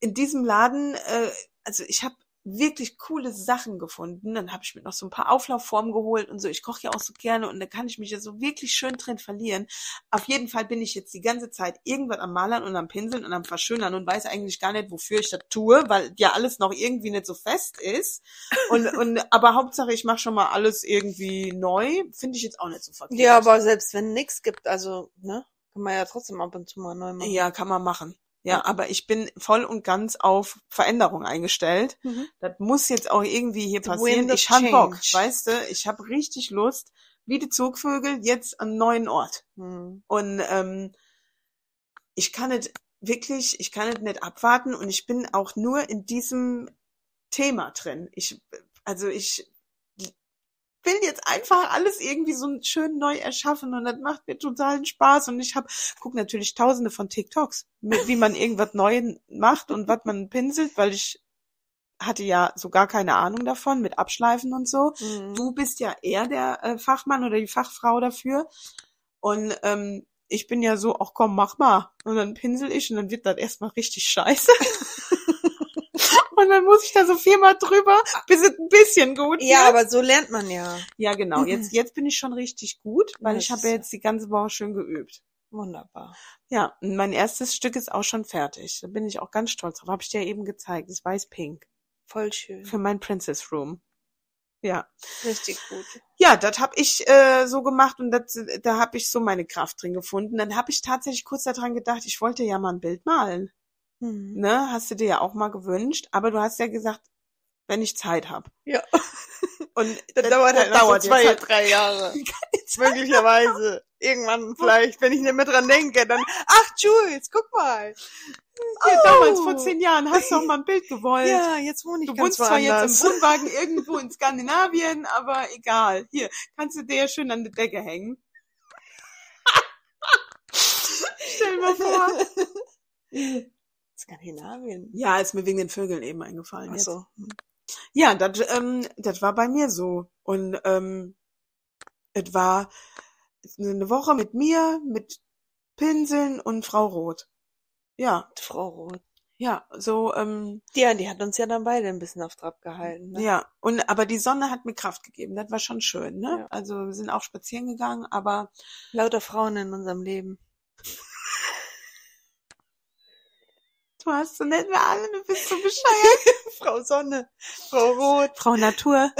[SPEAKER 1] in diesem Laden, äh, also ich habe wirklich coole Sachen gefunden. Dann habe ich mir noch so ein paar Auflaufformen geholt und so. Ich koche ja auch so gerne und da kann ich mich ja so wirklich schön drin verlieren. Auf jeden Fall bin ich jetzt die ganze Zeit irgendwas am Malern und am Pinseln und am Verschönern und weiß eigentlich gar nicht, wofür ich das tue, weil ja alles noch irgendwie nicht so fest ist. Und, und aber Hauptsache, ich mache schon mal alles irgendwie neu. Finde ich jetzt auch nicht so verkehrt.
[SPEAKER 2] Ja, aber selbst wenn nix gibt, also, ne? Kann man ja trotzdem ab und zu mal neu machen.
[SPEAKER 1] Ja, kann man machen. Ja, aber ich bin voll und ganz auf Veränderung eingestellt.
[SPEAKER 2] Mhm.
[SPEAKER 1] Das muss jetzt auch irgendwie hier
[SPEAKER 2] The
[SPEAKER 1] passieren.
[SPEAKER 2] wind of
[SPEAKER 1] Ich hab Bock,
[SPEAKER 2] change.
[SPEAKER 1] weißt du? Ich hab richtig Lust, wie die Zugvögel, jetzt an einen neuen Ort.
[SPEAKER 2] Mhm.
[SPEAKER 1] Und ähm, ich kann es wirklich, ich kann es nicht abwarten und ich bin auch nur in diesem Thema drin. Ich, also ich will jetzt einfach alles irgendwie so schön neu erschaffen und das macht mir totalen Spaß und ich habe guck natürlich tausende von TikToks, mit, wie man irgendwas neu macht und was man pinselt, weil ich hatte ja so gar keine Ahnung davon mit Abschleifen und so.
[SPEAKER 2] Mhm.
[SPEAKER 1] Du bist ja eher der äh, Fachmann oder die Fachfrau dafür und ähm, ich bin ja so, ach komm, mach mal. Und dann pinsel ich und dann wird das erstmal richtig scheiße. und dann muss ich da so viermal drüber, bis es ein bisschen gut wird.
[SPEAKER 2] Ja, aber so lernt man ja.
[SPEAKER 1] Ja, genau.
[SPEAKER 2] Mhm.
[SPEAKER 1] Jetzt, jetzt bin ich schon richtig gut, weil
[SPEAKER 2] Das
[SPEAKER 1] ich habe
[SPEAKER 2] ist
[SPEAKER 1] ja
[SPEAKER 2] ja-
[SPEAKER 1] jetzt die ganze Woche schön geübt.
[SPEAKER 2] Wunderbar.
[SPEAKER 1] Ja, und mein erstes Stück ist auch schon fertig. Da bin ich auch ganz stolz drauf. Habe ich dir ja eben gezeigt. Das weiß-pink.
[SPEAKER 2] Voll schön.
[SPEAKER 1] Für mein Princess Room. Ja.
[SPEAKER 2] Richtig gut.
[SPEAKER 1] Ja, das hab ich äh, so gemacht und das, da hab ich so meine Kraft drin gefunden. Dann hab ich tatsächlich kurz daran gedacht, ich wollte ja mal ein Bild malen.
[SPEAKER 2] Mhm.
[SPEAKER 1] Ne? Hast du dir ja auch mal gewünscht. Aber du hast ja gesagt, wenn ich Zeit hab.
[SPEAKER 2] Ja.
[SPEAKER 1] Und
[SPEAKER 2] Das, dauert halt noch so
[SPEAKER 1] jetzt
[SPEAKER 2] zwei,
[SPEAKER 1] halt-
[SPEAKER 2] drei Jahre. Möglicherweise. Irgendwann vielleicht, wenn ich nicht mehr dran denke, dann, ach Jules, guck mal.
[SPEAKER 1] Hier,
[SPEAKER 2] Oh.
[SPEAKER 1] damals vor zehn Jahren hast du auch mal ein Bild gewollt.
[SPEAKER 2] Ja, jetzt wohne ich
[SPEAKER 1] Du
[SPEAKER 2] ganz
[SPEAKER 1] wohnst zwar
[SPEAKER 2] woanders.
[SPEAKER 1] jetzt im Wohnwagen irgendwo in Skandinavien, aber egal. Hier, kannst du dir ja schön an die Decke hängen. Stell dir mal vor.
[SPEAKER 2] Skandinavien. Also,
[SPEAKER 1] Ja, ist mir wegen den Vögeln eben eingefallen.
[SPEAKER 2] Ach
[SPEAKER 1] jetzt.
[SPEAKER 2] so.
[SPEAKER 1] Ja, das ähm, das war bei mir so. Und ähm, es war eine Woche mit mir, mit Pinseln und Frau Roth. Ja,
[SPEAKER 2] Frau Roth.
[SPEAKER 1] ja, so, ähm,
[SPEAKER 2] Ja, die hat uns ja dann beide ein bisschen auf Trab gehalten. Ne?
[SPEAKER 1] Ja, und aber die Sonne hat mir Kraft gegeben. Das war schon schön, ne?
[SPEAKER 2] Ja.
[SPEAKER 1] Also wir sind auch spazieren gegangen, aber
[SPEAKER 2] Lauter Frauen in unserem Leben.
[SPEAKER 1] du hast so nett wir alle, du bist so bescheuert.
[SPEAKER 2] Frau Sonne, Frau Roth,
[SPEAKER 1] Frau Natur.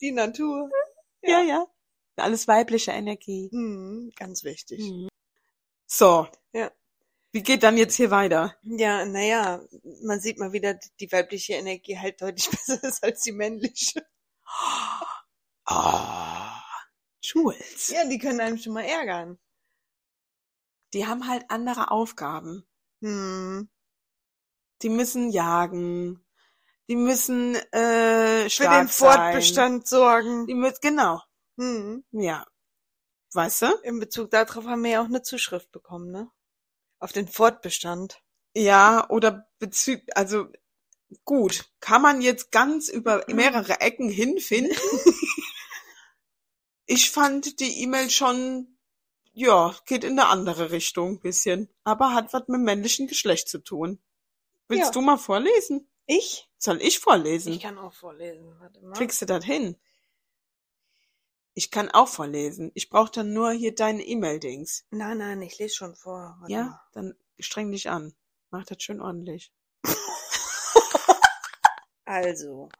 [SPEAKER 2] die Natur.
[SPEAKER 1] Ja, ja. Alles weibliche Energie.
[SPEAKER 2] Mhm, ganz wichtig.
[SPEAKER 1] So.
[SPEAKER 2] Ja.
[SPEAKER 1] Wie geht dann jetzt hier weiter?
[SPEAKER 2] Ja, naja, man sieht mal wieder, die weibliche Energie halt deutlich besser ist als die männliche.
[SPEAKER 1] Ah, Jules.
[SPEAKER 2] Ja, die können einem schon mal ärgern.
[SPEAKER 1] Die haben halt andere Aufgaben.
[SPEAKER 2] Hm.
[SPEAKER 1] Die müssen jagen. Die müssen äh,
[SPEAKER 2] Für
[SPEAKER 1] stark
[SPEAKER 2] den Fortbestand
[SPEAKER 1] Sein.
[SPEAKER 2] sorgen.
[SPEAKER 1] Die müssen genau.
[SPEAKER 2] Hm.
[SPEAKER 1] Ja. Weißt du?
[SPEAKER 2] In Bezug darauf haben wir ja auch eine Zuschrift bekommen, ne? Auf den Fortbestand.
[SPEAKER 1] Ja, oder bezüglich, also gut, kann man jetzt ganz über mehrere Ecken hinfinden. ich fand die E-Mail schon, ja, geht in eine andere Richtung ein bisschen, aber hat was mit männlichen Geschlecht zu tun. Willst
[SPEAKER 2] Ja.
[SPEAKER 1] du mal vorlesen?
[SPEAKER 2] Ich?
[SPEAKER 1] Soll ich vorlesen?
[SPEAKER 2] kann auch vorlesen, warte mal.
[SPEAKER 1] Kriegst du das hin? Ich kann auch vorlesen. Ich brauche dann nur hier deine E-Mail-Dings.
[SPEAKER 2] Nein, nein, ich lese schon vor. Warte
[SPEAKER 1] Ja, dann streng dich an. Mach das schön ordentlich.
[SPEAKER 2] Mal. Also,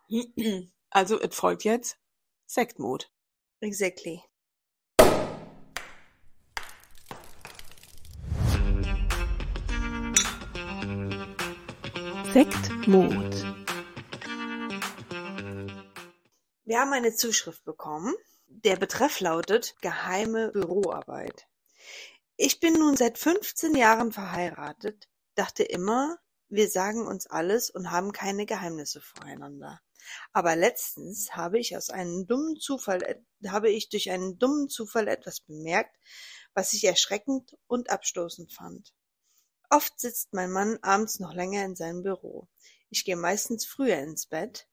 [SPEAKER 1] Also, es folgt jetzt Sektmod.
[SPEAKER 2] exactly.
[SPEAKER 1] Sektmod.
[SPEAKER 2] Wir haben eine Zuschrift bekommen. Der Betreff lautet Geheime Büroarbeit. Ich bin nun seit 15 Jahren verheiratet, dachte immer, wir sagen uns alles und haben keine Geheimnisse voreinander. Aber letztens habe ich aus einem dummen Zufall, et- habe ich durch einen dummen Zufall etwas bemerkt, was ich erschreckend und abstoßend fand. Oft sitzt mein Mann abends noch länger in seinem Büro. Ich gehe meistens früher ins Bett,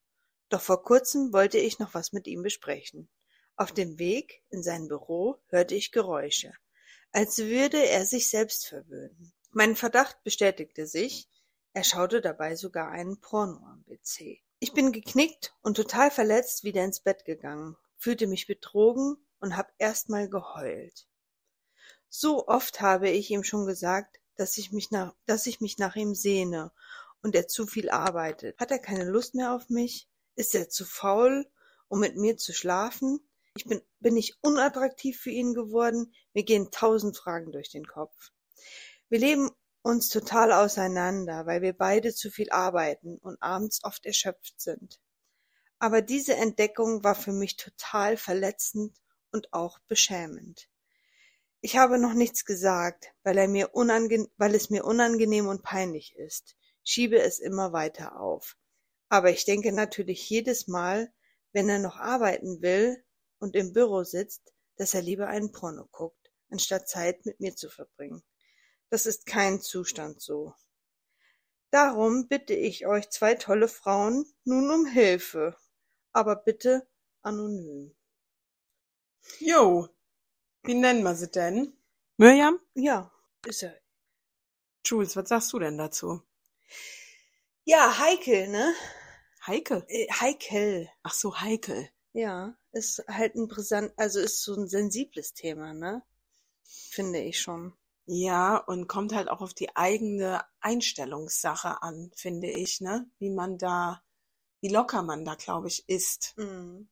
[SPEAKER 2] doch vor kurzem wollte ich noch was mit ihm besprechen. Auf dem Weg in sein Büro hörte ich Geräusche, als würde er sich selbst verwöhnen. Mein Verdacht bestätigte sich, er schaute dabei sogar einen Porno am PC. Ich bin geknickt und total verletzt wieder ins Bett gegangen, fühlte mich betrogen und hab erstmal geheult. So oft habe ich ihm schon gesagt, dass ich mich nach, dass ich mich nach ihm sehne und er zu viel arbeitet. Hat er keine Lust mehr auf mich? Ist er zu faul, um mit mir zu schlafen? Ich bin, bin ich unattraktiv für ihn geworden? Mir gehen tausend Fragen durch den Kopf. Wir leben uns total auseinander, weil wir beide zu viel arbeiten und abends oft erschöpft sind. Aber diese Entdeckung war für mich total verletzend und auch beschämend. Ich habe noch nichts gesagt, weil, er mir unange weil es mir unangenehm und peinlich ist. Schiebe es immer weiter auf. Aber ich denke natürlich jedes Mal, wenn er noch arbeiten will und im Büro sitzt, dass er lieber einen Porno guckt, anstatt Zeit mit mir zu verbringen. Das ist kein Zustand so. Darum bitte ich euch zwei tolle Frauen nun um Hilfe. Aber bitte anonym.
[SPEAKER 1] Jo. Wie nennen wir sie denn? Mirjam?
[SPEAKER 2] Ja, ist er.
[SPEAKER 1] Jules, was sagst du denn dazu?
[SPEAKER 2] Ja, heikel, ne?
[SPEAKER 1] Heike?
[SPEAKER 2] Äh, Heikel.
[SPEAKER 1] Ach so, Heikel.
[SPEAKER 2] Ja, ist halt ein brisant, also ist so ein sensibles Thema, ne? Finde ich schon.
[SPEAKER 1] Ja, und kommt halt auch auf die eigene Einstellungssache an, finde ich, ne? Wie man da, wie locker man da, glaube ich, ist.
[SPEAKER 2] Mhm.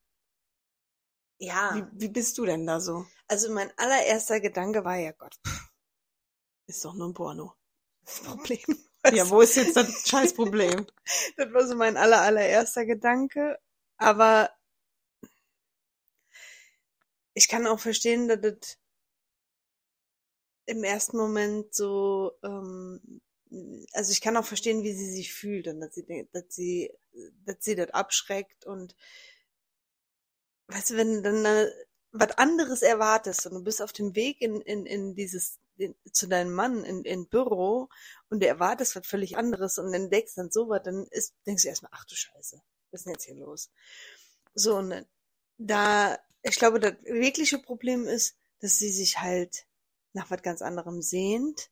[SPEAKER 2] Ja,
[SPEAKER 1] Wie, wie bist du denn da so?
[SPEAKER 2] also mein allererster Gedanke war ja Gott, pff,
[SPEAKER 1] Ist doch nur ein Porno.
[SPEAKER 2] das Problem.
[SPEAKER 1] Ja, wo ist jetzt das scheiß Problem?
[SPEAKER 2] Das war so mein aller, allererster Gedanke. Aber ich kann auch verstehen, dass das im ersten Moment so, ähm, also ich kann auch verstehen, wie sie sich fühlt und dass sie, denkt- dass sie, dass sie das abschreckt und weißt du, wenn du dann äh, was anderes erwartest und du bist auf dem Weg in, in, in dieses, in, zu deinem Mann in, in Büro und du erwartest was völlig anderes und entdeckst dann sowas, dann ist, denkst du erstmal, ach du Scheiße, was ist denn jetzt hier los? So, und da, ich glaube, das wirkliche Problem ist, dass sie sich halt nach was ganz anderem sehnt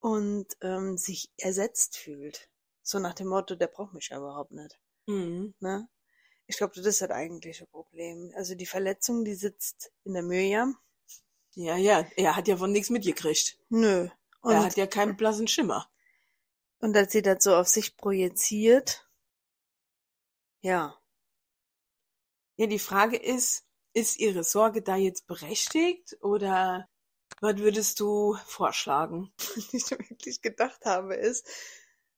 [SPEAKER 2] und ähm, sich ersetzt fühlt. So nach dem Motto, der braucht mich ja überhaupt nicht.
[SPEAKER 1] Mhm.
[SPEAKER 2] Ne? Ich glaube, das ist das eigentliche Problem. Also die Verletzung, die sitzt in der Mirjam.
[SPEAKER 1] Ja, ja, er hat ja von nichts mitgekriegt.
[SPEAKER 2] Nö. Und,
[SPEAKER 1] er hat ja keinen blassen Schimmer.
[SPEAKER 2] und dass sie das so auf sich projiziert. Ja.
[SPEAKER 1] Ja, die Frage ist, ist Ihre Sorge da jetzt berechtigt oder was würdest du vorschlagen?
[SPEAKER 2] was ich wirklich gedacht habe, ist,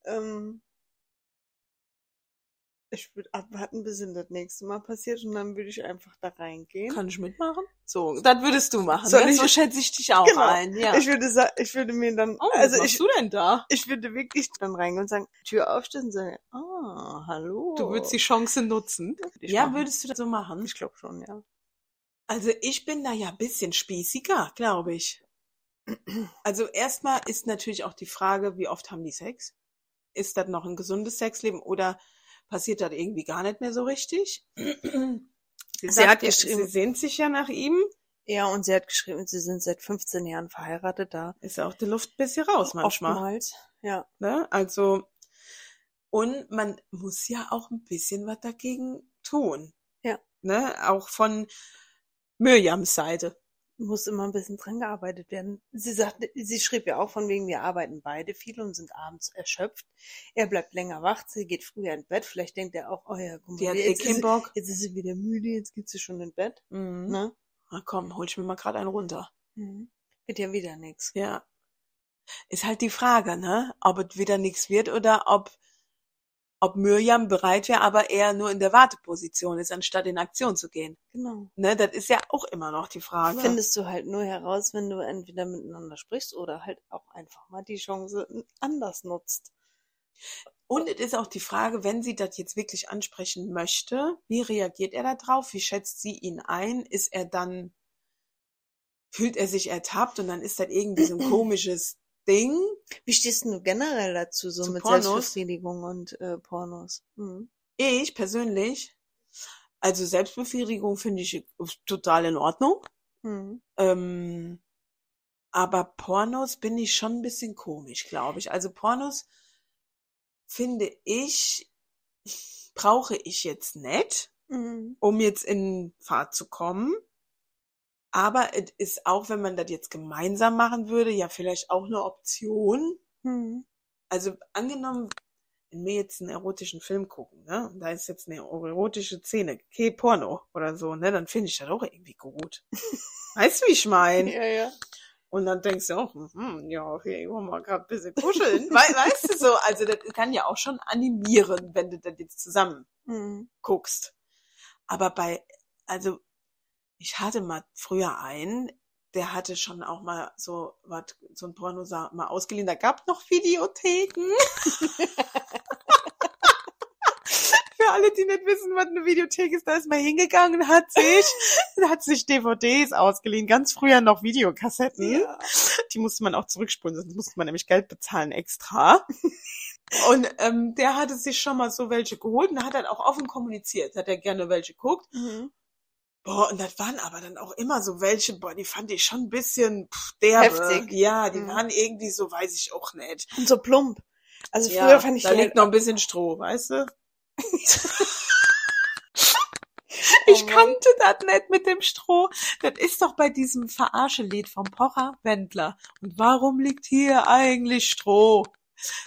[SPEAKER 2] ähm, ich würde abwarten, bis ihnen das nächste Mal passiert und dann würde ich einfach da reingehen.
[SPEAKER 1] Kann ich mitmachen? So, das würdest du machen.
[SPEAKER 2] Soll
[SPEAKER 1] ne?
[SPEAKER 2] ich-
[SPEAKER 1] So schätze ich dich auch
[SPEAKER 2] Genau.
[SPEAKER 1] ein. Ja.
[SPEAKER 2] Ich würde sa- ich würde mir dann,
[SPEAKER 1] oh, was
[SPEAKER 2] also
[SPEAKER 1] machst
[SPEAKER 2] ich,
[SPEAKER 1] du denn da?
[SPEAKER 2] ich würde wirklich dann reingehen und sagen, Tür aufstellen und sagen, ah, hallo.
[SPEAKER 1] Du würdest die Chance nutzen.
[SPEAKER 2] Ich
[SPEAKER 1] ja,
[SPEAKER 2] machen.
[SPEAKER 1] würdest du das so machen?
[SPEAKER 2] Ich glaube schon, ja.
[SPEAKER 1] Also ich bin da ja ein bisschen spießiger, glaube ich. Also erstmal ist natürlich auch die Frage, wie oft haben die Sex? Ist das noch ein gesundes Sexleben oder passiert das irgendwie gar nicht mehr so richtig? Sie, sagt
[SPEAKER 2] hat
[SPEAKER 1] ja,
[SPEAKER 2] geschrieben-
[SPEAKER 1] sie sehnt sich ja nach ihm.
[SPEAKER 2] Ja, und sie hat geschrieben, sie sind seit 15 Jahren verheiratet da.
[SPEAKER 1] Ist ja auch die Luft ein bisschen raus manchmal.
[SPEAKER 2] Oftmals. Ja.
[SPEAKER 1] Ne? Also, und man muss ja auch ein bisschen was dagegen tun.
[SPEAKER 2] Ja.
[SPEAKER 1] Ne? Auch von Mirjams Seite.
[SPEAKER 2] muss immer ein bisschen dran gearbeitet werden. Sie sagte, sie schrieb ja auch von wegen, wir arbeiten beide viel und sind abends erschöpft. Er bleibt länger wach, sie geht früher ins Bett. Vielleicht denkt er auch, oh ja, guck
[SPEAKER 1] Die
[SPEAKER 2] mal,
[SPEAKER 1] hat eh
[SPEAKER 2] jetzt,
[SPEAKER 1] keinen
[SPEAKER 2] ist,
[SPEAKER 1] Bock.
[SPEAKER 2] jetzt ist sie wieder müde, jetzt geht sie schon ins Bett.
[SPEAKER 1] Mhm.
[SPEAKER 2] Ne?
[SPEAKER 1] Na komm, hol ich mir mal gerade einen runter.
[SPEAKER 2] Mhm. Wird ja wieder nix.
[SPEAKER 1] Ja. Ist halt die Frage, ne? Ob es wieder nichts wird oder ob, ob Mirjam bereit wäre, aber eher nur in der Warteposition ist, anstatt in Aktion zu gehen.
[SPEAKER 2] Genau.
[SPEAKER 1] Ne? Das ist ja auch immer noch die Frage.
[SPEAKER 2] Findest du halt nur heraus, wenn du entweder miteinander sprichst oder halt auch einfach mal die Chance anders nutzt.
[SPEAKER 1] Und es ist auch die Frage, wenn sie das jetzt wirklich ansprechen möchte, wie reagiert er da drauf? Wie schätzt sie ihn ein? Ist er dann, fühlt er sich ertappt und dann ist das irgendwie so ein komisches Ding?
[SPEAKER 2] Wie stehst denn du generell dazu, so
[SPEAKER 1] Zu
[SPEAKER 2] mit
[SPEAKER 1] Pornos?
[SPEAKER 2] Selbstbefriedigung und äh, Pornos? Mhm.
[SPEAKER 1] Ich persönlich, also Selbstbefriedigung finde ich total in Ordnung.
[SPEAKER 2] Mhm.
[SPEAKER 1] Ähm, aber Pornos bin ich schon ein bisschen komisch, glaube ich. Also Pornos finde ich, brauche ich jetzt nicht.
[SPEAKER 2] Mhm.
[SPEAKER 1] um jetzt in Fahrt zu kommen. Aber es ist auch, wenn man das jetzt gemeinsam machen würde, ja vielleicht auch eine Option.
[SPEAKER 2] Mhm.
[SPEAKER 1] Also angenommen, wenn wir jetzt einen erotischen Film gucken, ne, und da ist jetzt eine erotische Szene, okay, Porno oder so, ne, dann finde ich das auch irgendwie gut. Weißt du, wie ich meine?
[SPEAKER 2] Ja, ja.
[SPEAKER 1] Und dann denkst du auch, hm, ja, hier wollen wir gerade ein bisschen kuscheln. We weißt du so, also das kann ja auch schon animieren, wenn du das jetzt zusammen
[SPEAKER 2] Mhm.
[SPEAKER 1] guckst. Aber bei, also ich hatte mal früher einen, der hatte schon auch mal so was, so ein Porno sah mal ausgeliehen. Da gab noch Videotheken. Für alle, die nicht wissen, was eine Videothek ist, da ist man hingegangen und hat sich, hat sich DVDs ausgeliehen. Ganz früher noch Videokassetten.
[SPEAKER 2] Ja.
[SPEAKER 1] Die musste man auch zurückspulen, sonst musste man nämlich Geld bezahlen extra. Und ähm, der hatte sich schon mal so welche geholt und hat dann auch offen kommuniziert. Hat er gerne welche geguckt.
[SPEAKER 2] Mhm.
[SPEAKER 1] Boah, und das waren aber dann auch immer so welche, boah, die fand ich schon ein bisschen pff, derbe.
[SPEAKER 2] Heftig.
[SPEAKER 1] Ja, die
[SPEAKER 2] Mhm.
[SPEAKER 1] waren irgendwie so, weiß ich auch nicht.
[SPEAKER 2] Und so plump. Also früher
[SPEAKER 1] ja,
[SPEAKER 2] fand ich
[SPEAKER 1] da
[SPEAKER 2] die
[SPEAKER 1] liegt
[SPEAKER 2] halt-
[SPEAKER 1] noch ein bisschen Stroh, weißt du?
[SPEAKER 2] Oh
[SPEAKER 1] ich
[SPEAKER 2] Mann.
[SPEAKER 1] kannte das nicht mit dem Stroh. Das ist doch bei diesem Verarsche-Lied vom Pocher Wendler. Und warum liegt hier eigentlich Stroh?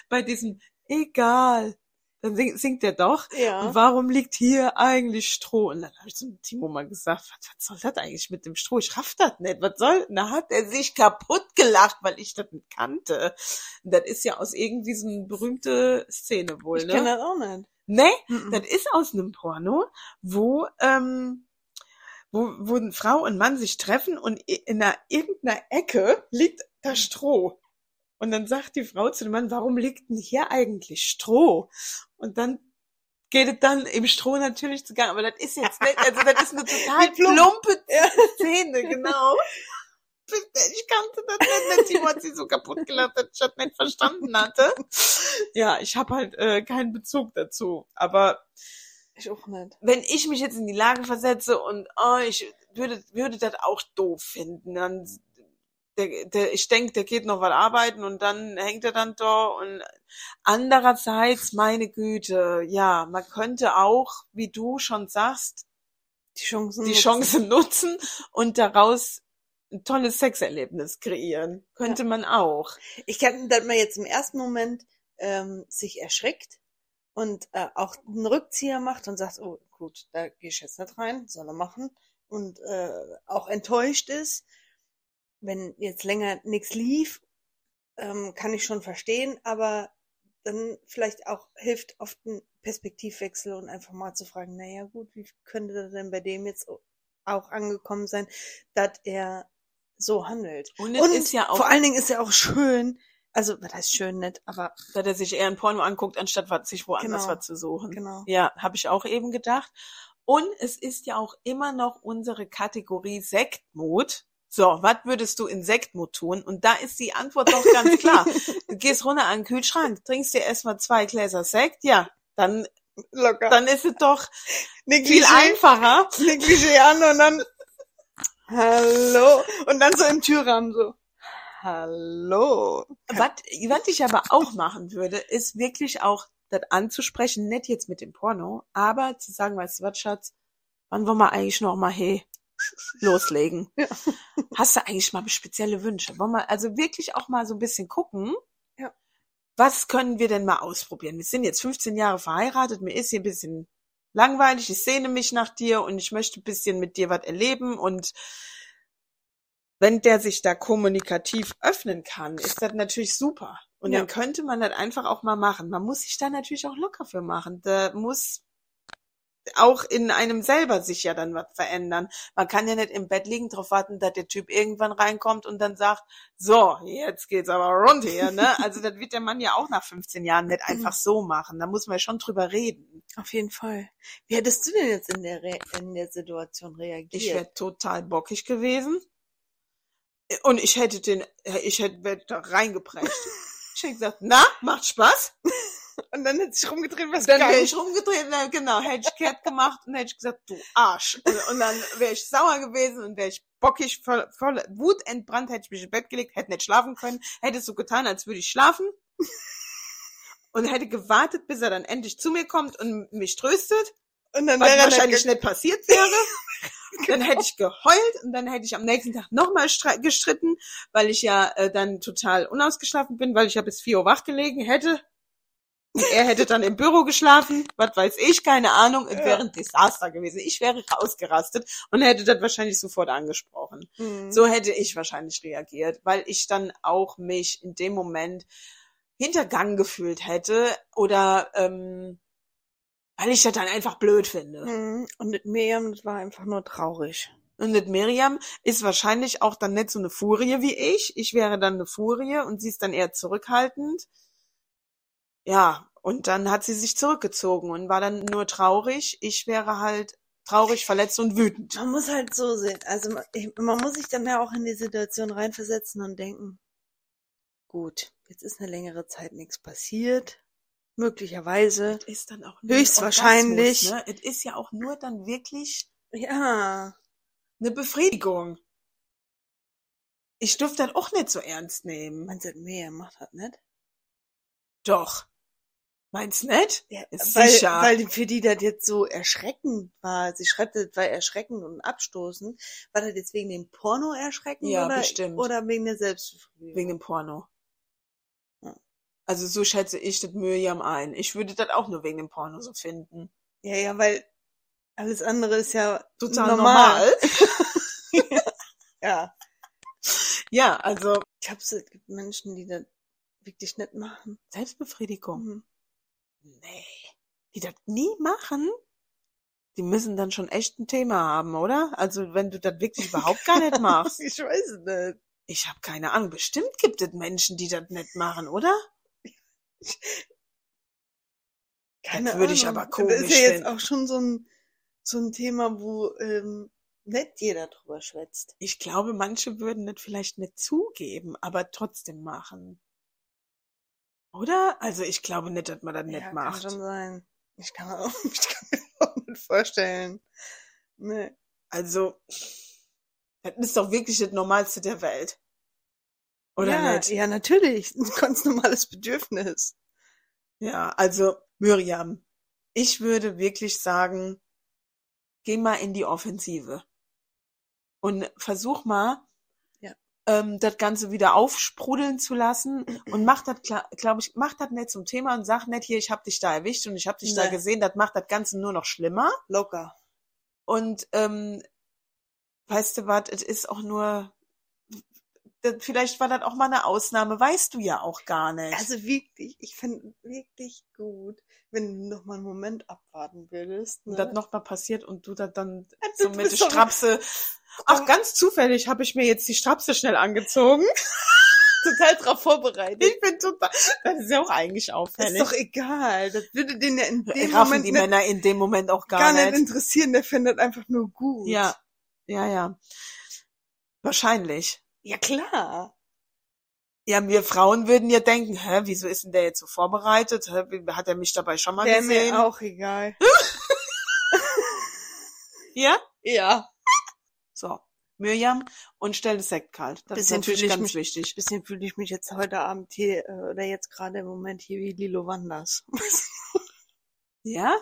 [SPEAKER 1] Bei diesem Egal. Dann singt, singt er doch.
[SPEAKER 2] Ja.
[SPEAKER 1] Und warum liegt hier eigentlich Stroh? Und dann habe ich zum Timo mal gesagt, was, was soll das eigentlich mit dem Stroh? Ich raff das nicht. Was soll? Und Da hat er sich kaputt gelacht, weil ich das nicht kannte. Und das ist ja aus irgendwie so eine berühmte Szene wohl,
[SPEAKER 2] Ich
[SPEAKER 1] ne?
[SPEAKER 2] kenne das auch nicht.
[SPEAKER 1] Nee,
[SPEAKER 2] Mhm.
[SPEAKER 1] das ist aus einem Porno, wo, ähm, wo, wo eine Frau und Mann sich treffen und i- in einer, irgendeiner Ecke liegt da Stroh. Und dann sagt die Frau zu dem Mann, warum liegt denn hier eigentlich Stroh? Und dann geht es dann im Stroh natürlich zu Gang. Aber das ist jetzt nicht, also das ist eine total
[SPEAKER 2] Wie plump.
[SPEAKER 1] plumpe Szene, genau. Ich kannte das nicht, wenn Timo hat sie so kaputt gelacht, dass ich das nicht verstanden hatte. Ja, ich habe halt äh, keinen Bezug dazu. Aber
[SPEAKER 2] Ich auch nicht.
[SPEAKER 1] wenn ich mich jetzt in die Lage versetze und oh, ich würde, würde das auch doof finden, dann der, der, ich denke, der geht noch was arbeiten und dann hängt er dann da und andererseits, meine Güte, ja, man könnte auch, wie du schon sagst,
[SPEAKER 2] Die Chancen.
[SPEAKER 1] die
[SPEAKER 2] nutzen.
[SPEAKER 1] Chance nutzen und daraus ein tolles Sexerlebnis kreieren. Könnte man auch.
[SPEAKER 2] Ich kann, dass man jetzt im ersten Moment ähm, sich erschrickt und äh, auch einen Rückzieher macht und sagt, oh gut, da gehe ich jetzt nicht rein, soll er machen. Und äh, auch enttäuscht ist, wenn jetzt länger nichts lief, ähm, kann ich schon verstehen, aber dann vielleicht auch hilft oft ein Perspektivwechsel und einfach mal zu fragen, naja gut, wie könnte das denn bei dem jetzt auch angekommen sein, dass er so handelt?
[SPEAKER 1] Und
[SPEAKER 2] Und vor allen Dingen ist ja auch schön, also was heißt schön nicht, aber
[SPEAKER 1] dass er sich eher ein Porno anguckt, anstatt was, sich woanders
[SPEAKER 2] Genau.
[SPEAKER 1] was zu suchen.
[SPEAKER 2] genau.
[SPEAKER 1] Ja, habe ich auch eben gedacht. Und es ist ja auch immer noch unsere Kategorie Sektmut. So, was würdest du in Sektmut tun? Und da ist die Antwort doch ganz klar. Du gehst runter an den Kühlschrank, trinkst dir erstmal zwei Gläser Sekt, ja, dann,
[SPEAKER 2] Locker.
[SPEAKER 1] dann ist es doch
[SPEAKER 2] eine
[SPEAKER 1] viel einfacher.
[SPEAKER 2] eine Klischee an und dann Hallo. Und dann so im Türrahmen so. Hallo.
[SPEAKER 1] Was, was ich aber auch machen würde, ist wirklich auch das anzusprechen, nicht jetzt mit dem Porno, aber zu sagen, weißt du was, Schatz, wann wollen wir eigentlich noch mal hey, loslegen?
[SPEAKER 2] Ja.
[SPEAKER 1] Hast du eigentlich mal spezielle Wünsche? Wollen wir also wirklich auch mal so ein bisschen gucken,
[SPEAKER 2] Ja.
[SPEAKER 1] was können wir denn mal ausprobieren? Wir sind jetzt 15 Jahre verheiratet, mir ist hier ein bisschen langweilig, ich sehne mich nach dir und ich möchte ein bisschen mit dir was erleben und wenn der sich da kommunikativ öffnen kann, ist das natürlich super. Und
[SPEAKER 2] Ja.
[SPEAKER 1] dann könnte man das einfach auch mal machen. Man muss sich da natürlich auch locker für machen. Da muss auch in einem selber sich ja dann was verändern. Man kann ja nicht im Bett liegen, drauf warten, dass der Typ irgendwann reinkommt und dann sagt, so, jetzt geht's aber rund hier, ne? Also das wird der Mann ja auch nach 15 Jahren nicht einfach so machen. Da muss man ja schon drüber reden.
[SPEAKER 2] Auf jeden Fall. Wie hättest du denn jetzt in der, Re in der Situation reagiert?
[SPEAKER 1] Ich wäre total bockig gewesen. Und ich hätte den, ich hätte wär da reingeprescht. Ich hätte gesagt, na, macht Spaß.
[SPEAKER 2] und dann hätte ich rumgedreht, was
[SPEAKER 1] Dann
[SPEAKER 2] geil.
[SPEAKER 1] wäre ich rumgedreht, na, genau, hätte ich kehrt gemacht und hätte ich gesagt, du Arsch. Und, und dann wäre ich sauer gewesen und wäre ich bockig, voll, voll Wut entbrannt, hätte ich mich ins Bett gelegt, hätte nicht schlafen können, hätte es so getan, als würde ich schlafen. Und hätte gewartet, bis er dann endlich zu mir kommt und mich tröstet
[SPEAKER 2] Und dann
[SPEAKER 1] was
[SPEAKER 2] wäre halt er
[SPEAKER 1] wahrscheinlich
[SPEAKER 2] wahrscheinlich
[SPEAKER 1] nicht passiert wäre. Dann hätte ich geheult und dann hätte ich am nächsten Tag nochmal gestritten, weil ich ja äh, dann total unausgeschlafen bin, weil ich ja bis 4 Uhr wach gelegen hätte. Und er hätte dann im Büro geschlafen, was weiß ich, keine Ahnung, es
[SPEAKER 2] Ja.
[SPEAKER 1] wäre ein Desaster gewesen. Ich wäre ausgerastet und hätte das wahrscheinlich sofort angesprochen.
[SPEAKER 2] Mhm.
[SPEAKER 1] So hätte ich wahrscheinlich reagiert, weil ich dann auch mich in dem Moment hintergangen gefühlt hätte oder ähm, weil ich das dann einfach blöd finde.
[SPEAKER 2] Mhm. Und Miriam das war einfach nur traurig.
[SPEAKER 1] Und das Miriam ist wahrscheinlich auch dann nicht so eine Furie wie ich. Ich wäre dann eine Furie und sie ist dann eher zurückhaltend. Ja, und dann hat sie sich zurückgezogen und war dann nur traurig. Ich wäre halt traurig, verletzt und wütend.
[SPEAKER 2] Man muss halt so sehen. Also man, ich, man muss sich dann ja auch in die Situation reinversetzen und denken, gut, jetzt ist eine längere Zeit nichts passiert. Möglicherweise.
[SPEAKER 1] Ist dann auch
[SPEAKER 2] Höchstwahrscheinlich.
[SPEAKER 1] Orgasmus, ne? Es ist ja auch nur dann wirklich
[SPEAKER 2] Ja.
[SPEAKER 1] eine Befriedigung. Ich dürfte das auch nicht so ernst nehmen.
[SPEAKER 2] Man sagt, mehr macht das nicht.
[SPEAKER 1] Doch. Meinst nicht?
[SPEAKER 2] Ja,
[SPEAKER 1] Ist
[SPEAKER 2] weil,
[SPEAKER 1] sicher.
[SPEAKER 2] weil für die das jetzt so erschreckend war. Sie schreibt, das war erschreckend und abstoßend. War das jetzt wegen dem Porno erschreckend
[SPEAKER 1] Ja,
[SPEAKER 2] oder,
[SPEAKER 1] bestimmt.
[SPEAKER 2] oder wegen der Selbstbefriedigung?
[SPEAKER 1] Wegen dem Porno.
[SPEAKER 2] Ja.
[SPEAKER 1] Also so schätze ich das Miriam ein. Ich würde das auch nur wegen dem Porno so finden.
[SPEAKER 2] ja, ja, weil alles andere ist ja
[SPEAKER 1] Total normal.
[SPEAKER 2] Ja.
[SPEAKER 1] Ja, also
[SPEAKER 2] Ich glaube, es gibt Menschen, die das wirklich nicht machen.
[SPEAKER 1] Selbstbefriedigung.
[SPEAKER 2] Mhm.
[SPEAKER 1] Nee. Die das nie machen, die müssen dann schon echt ein Thema haben, oder? Also wenn du das wirklich überhaupt gar nicht machst.
[SPEAKER 2] Ich weiß es nicht.
[SPEAKER 1] Ich habe keine Ahnung. Bestimmt gibt es Menschen, die das nicht machen, oder?
[SPEAKER 2] Keine
[SPEAKER 1] Das würde ich
[SPEAKER 2] Ahnung.
[SPEAKER 1] aber komisch
[SPEAKER 2] Das ist ja jetzt
[SPEAKER 1] finden.
[SPEAKER 2] auch schon so ein, so ein Thema, wo ähm, nicht jeder drüber schwätzt.
[SPEAKER 1] Ich glaube, manche würden das vielleicht nicht zugeben, aber trotzdem machen. Oder? Also ich glaube nicht, dass man das nicht macht.
[SPEAKER 2] Kann schon sein. Ich kann, mir auch, ich kann mir das auch nicht vorstellen. Ne. Nee.
[SPEAKER 1] Also, das ist doch wirklich das Normalste der Welt. Oder
[SPEAKER 2] ja,
[SPEAKER 1] nicht?
[SPEAKER 2] Ja, natürlich. Ein ganz normales Bedürfnis.
[SPEAKER 1] Ja, also Miriam, ich würde wirklich sagen, geh mal in die Offensive und versuch mal,
[SPEAKER 2] Ja.
[SPEAKER 1] ähm, das Ganze wieder aufsprudeln zu lassen und mach das, glaube ich, mach das nicht zum Thema und sag nicht hier, ich hab dich da erwischt und ich hab dich da
[SPEAKER 2] Nee.
[SPEAKER 1] gesehen, das macht das Ganze nur noch schlimmer.
[SPEAKER 2] Locker.
[SPEAKER 1] Und ähm, weißt du was, es ist auch nur, das, vielleicht war das auch mal eine Ausnahme, weißt du ja auch gar nicht.
[SPEAKER 2] Also wirklich, ich finde wirklich gut, wenn du noch mal einen Moment abwarten würdest.
[SPEAKER 1] und
[SPEAKER 2] Ne?
[SPEAKER 1] das nochmal passiert und du das dann
[SPEAKER 2] Ja, Also du
[SPEAKER 1] so mit der
[SPEAKER 2] bist doch-
[SPEAKER 1] Strapse. Ach, ganz zufällig habe ich mir jetzt die Strapse schnell angezogen.
[SPEAKER 2] total drauf vorbereitet.
[SPEAKER 1] Ich bin total. Das ist ja auch eigentlich
[SPEAKER 2] Ist
[SPEAKER 1] auffällig.
[SPEAKER 2] doch egal. Das würde den ja in dem
[SPEAKER 1] Raffen
[SPEAKER 2] Moment
[SPEAKER 1] die
[SPEAKER 2] nicht,
[SPEAKER 1] Männer in dem Moment auch gar,
[SPEAKER 2] gar nicht
[SPEAKER 1] nicht.
[SPEAKER 2] interessieren. Der findet einfach nur gut.
[SPEAKER 1] Ja, ja, ja. Wahrscheinlich.
[SPEAKER 2] Ja, klar.
[SPEAKER 1] Ja, wir Frauen würden ja denken, hä, wieso ist denn der jetzt so vorbereitet? Hä, wie- hat er mich dabei schon mal
[SPEAKER 2] Wäre
[SPEAKER 1] gesehen?
[SPEAKER 2] mir auch egal.
[SPEAKER 1] Ja?
[SPEAKER 2] Ja.
[SPEAKER 1] So. Miriam und stell das Sekt kalt. Das
[SPEAKER 2] Bisschen
[SPEAKER 1] ist natürlich
[SPEAKER 2] fühle ich
[SPEAKER 1] ganz
[SPEAKER 2] mich-
[SPEAKER 1] wichtig.
[SPEAKER 2] Bisschen fühle ich mich jetzt heute Abend hier, äh, oder jetzt gerade im Moment hier wie Lilo Wanders.
[SPEAKER 1] Ja?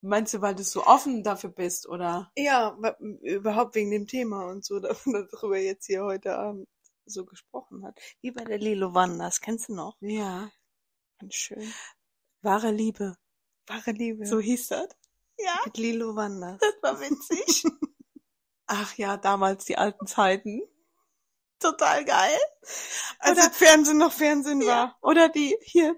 [SPEAKER 1] Meinst du, weil du so offen dafür bist, oder?
[SPEAKER 2] Ja, wa- überhaupt wegen dem Thema und so, dass man darüber jetzt hier heute Abend so gesprochen hat. Wie bei der Lilo Wanders, kennst du noch?
[SPEAKER 1] Ja.
[SPEAKER 2] Ganz schön.
[SPEAKER 1] Wahre Liebe.
[SPEAKER 2] Wahre Liebe.
[SPEAKER 1] So hieß das. Ja,
[SPEAKER 2] Mit Lilo Wanders.
[SPEAKER 1] das war witzig. Ach ja, damals die alten Zeiten. Total geil.
[SPEAKER 2] Als
[SPEAKER 1] Oder-
[SPEAKER 2] das Fernsehen noch Fernsehen
[SPEAKER 1] Ja.
[SPEAKER 2] war.
[SPEAKER 1] Oder die hier,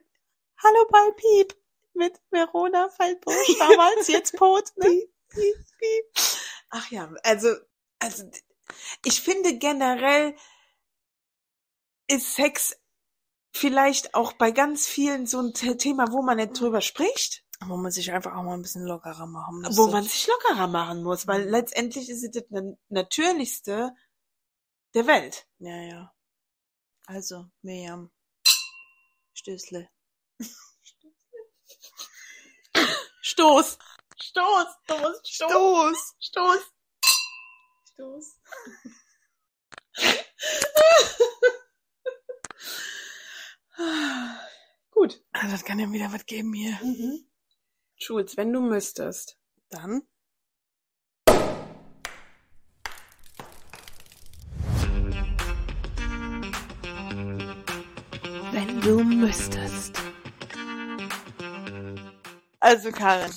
[SPEAKER 1] Hallo bei Piep mit Verona Feldbusch, damals, jetzt Pot. Ne? Piep, piep. Ach ja, also, also ich finde generell ist Sex vielleicht auch bei ganz vielen so ein The- Thema, wo man nicht drüber spricht.
[SPEAKER 2] Wo man sich einfach auch mal ein bisschen lockerer machen um muss.
[SPEAKER 1] wo man sich lockerer machen muss, weil
[SPEAKER 2] Mhm.
[SPEAKER 1] letztendlich ist es das Na- Natürlichste der Welt.
[SPEAKER 2] Ja, ja. Also, Miriam. Stößle.
[SPEAKER 1] Stoß! Stoß! Stoß! Stoß!
[SPEAKER 2] Los!
[SPEAKER 1] Stoß!
[SPEAKER 2] Stoß.
[SPEAKER 1] Gut.
[SPEAKER 2] Ah, das kann ja wieder was geben hier.
[SPEAKER 1] Mhm. Schulz, wenn du müsstest.
[SPEAKER 2] Dann
[SPEAKER 3] Wenn du müsstest.
[SPEAKER 2] Also, Karin,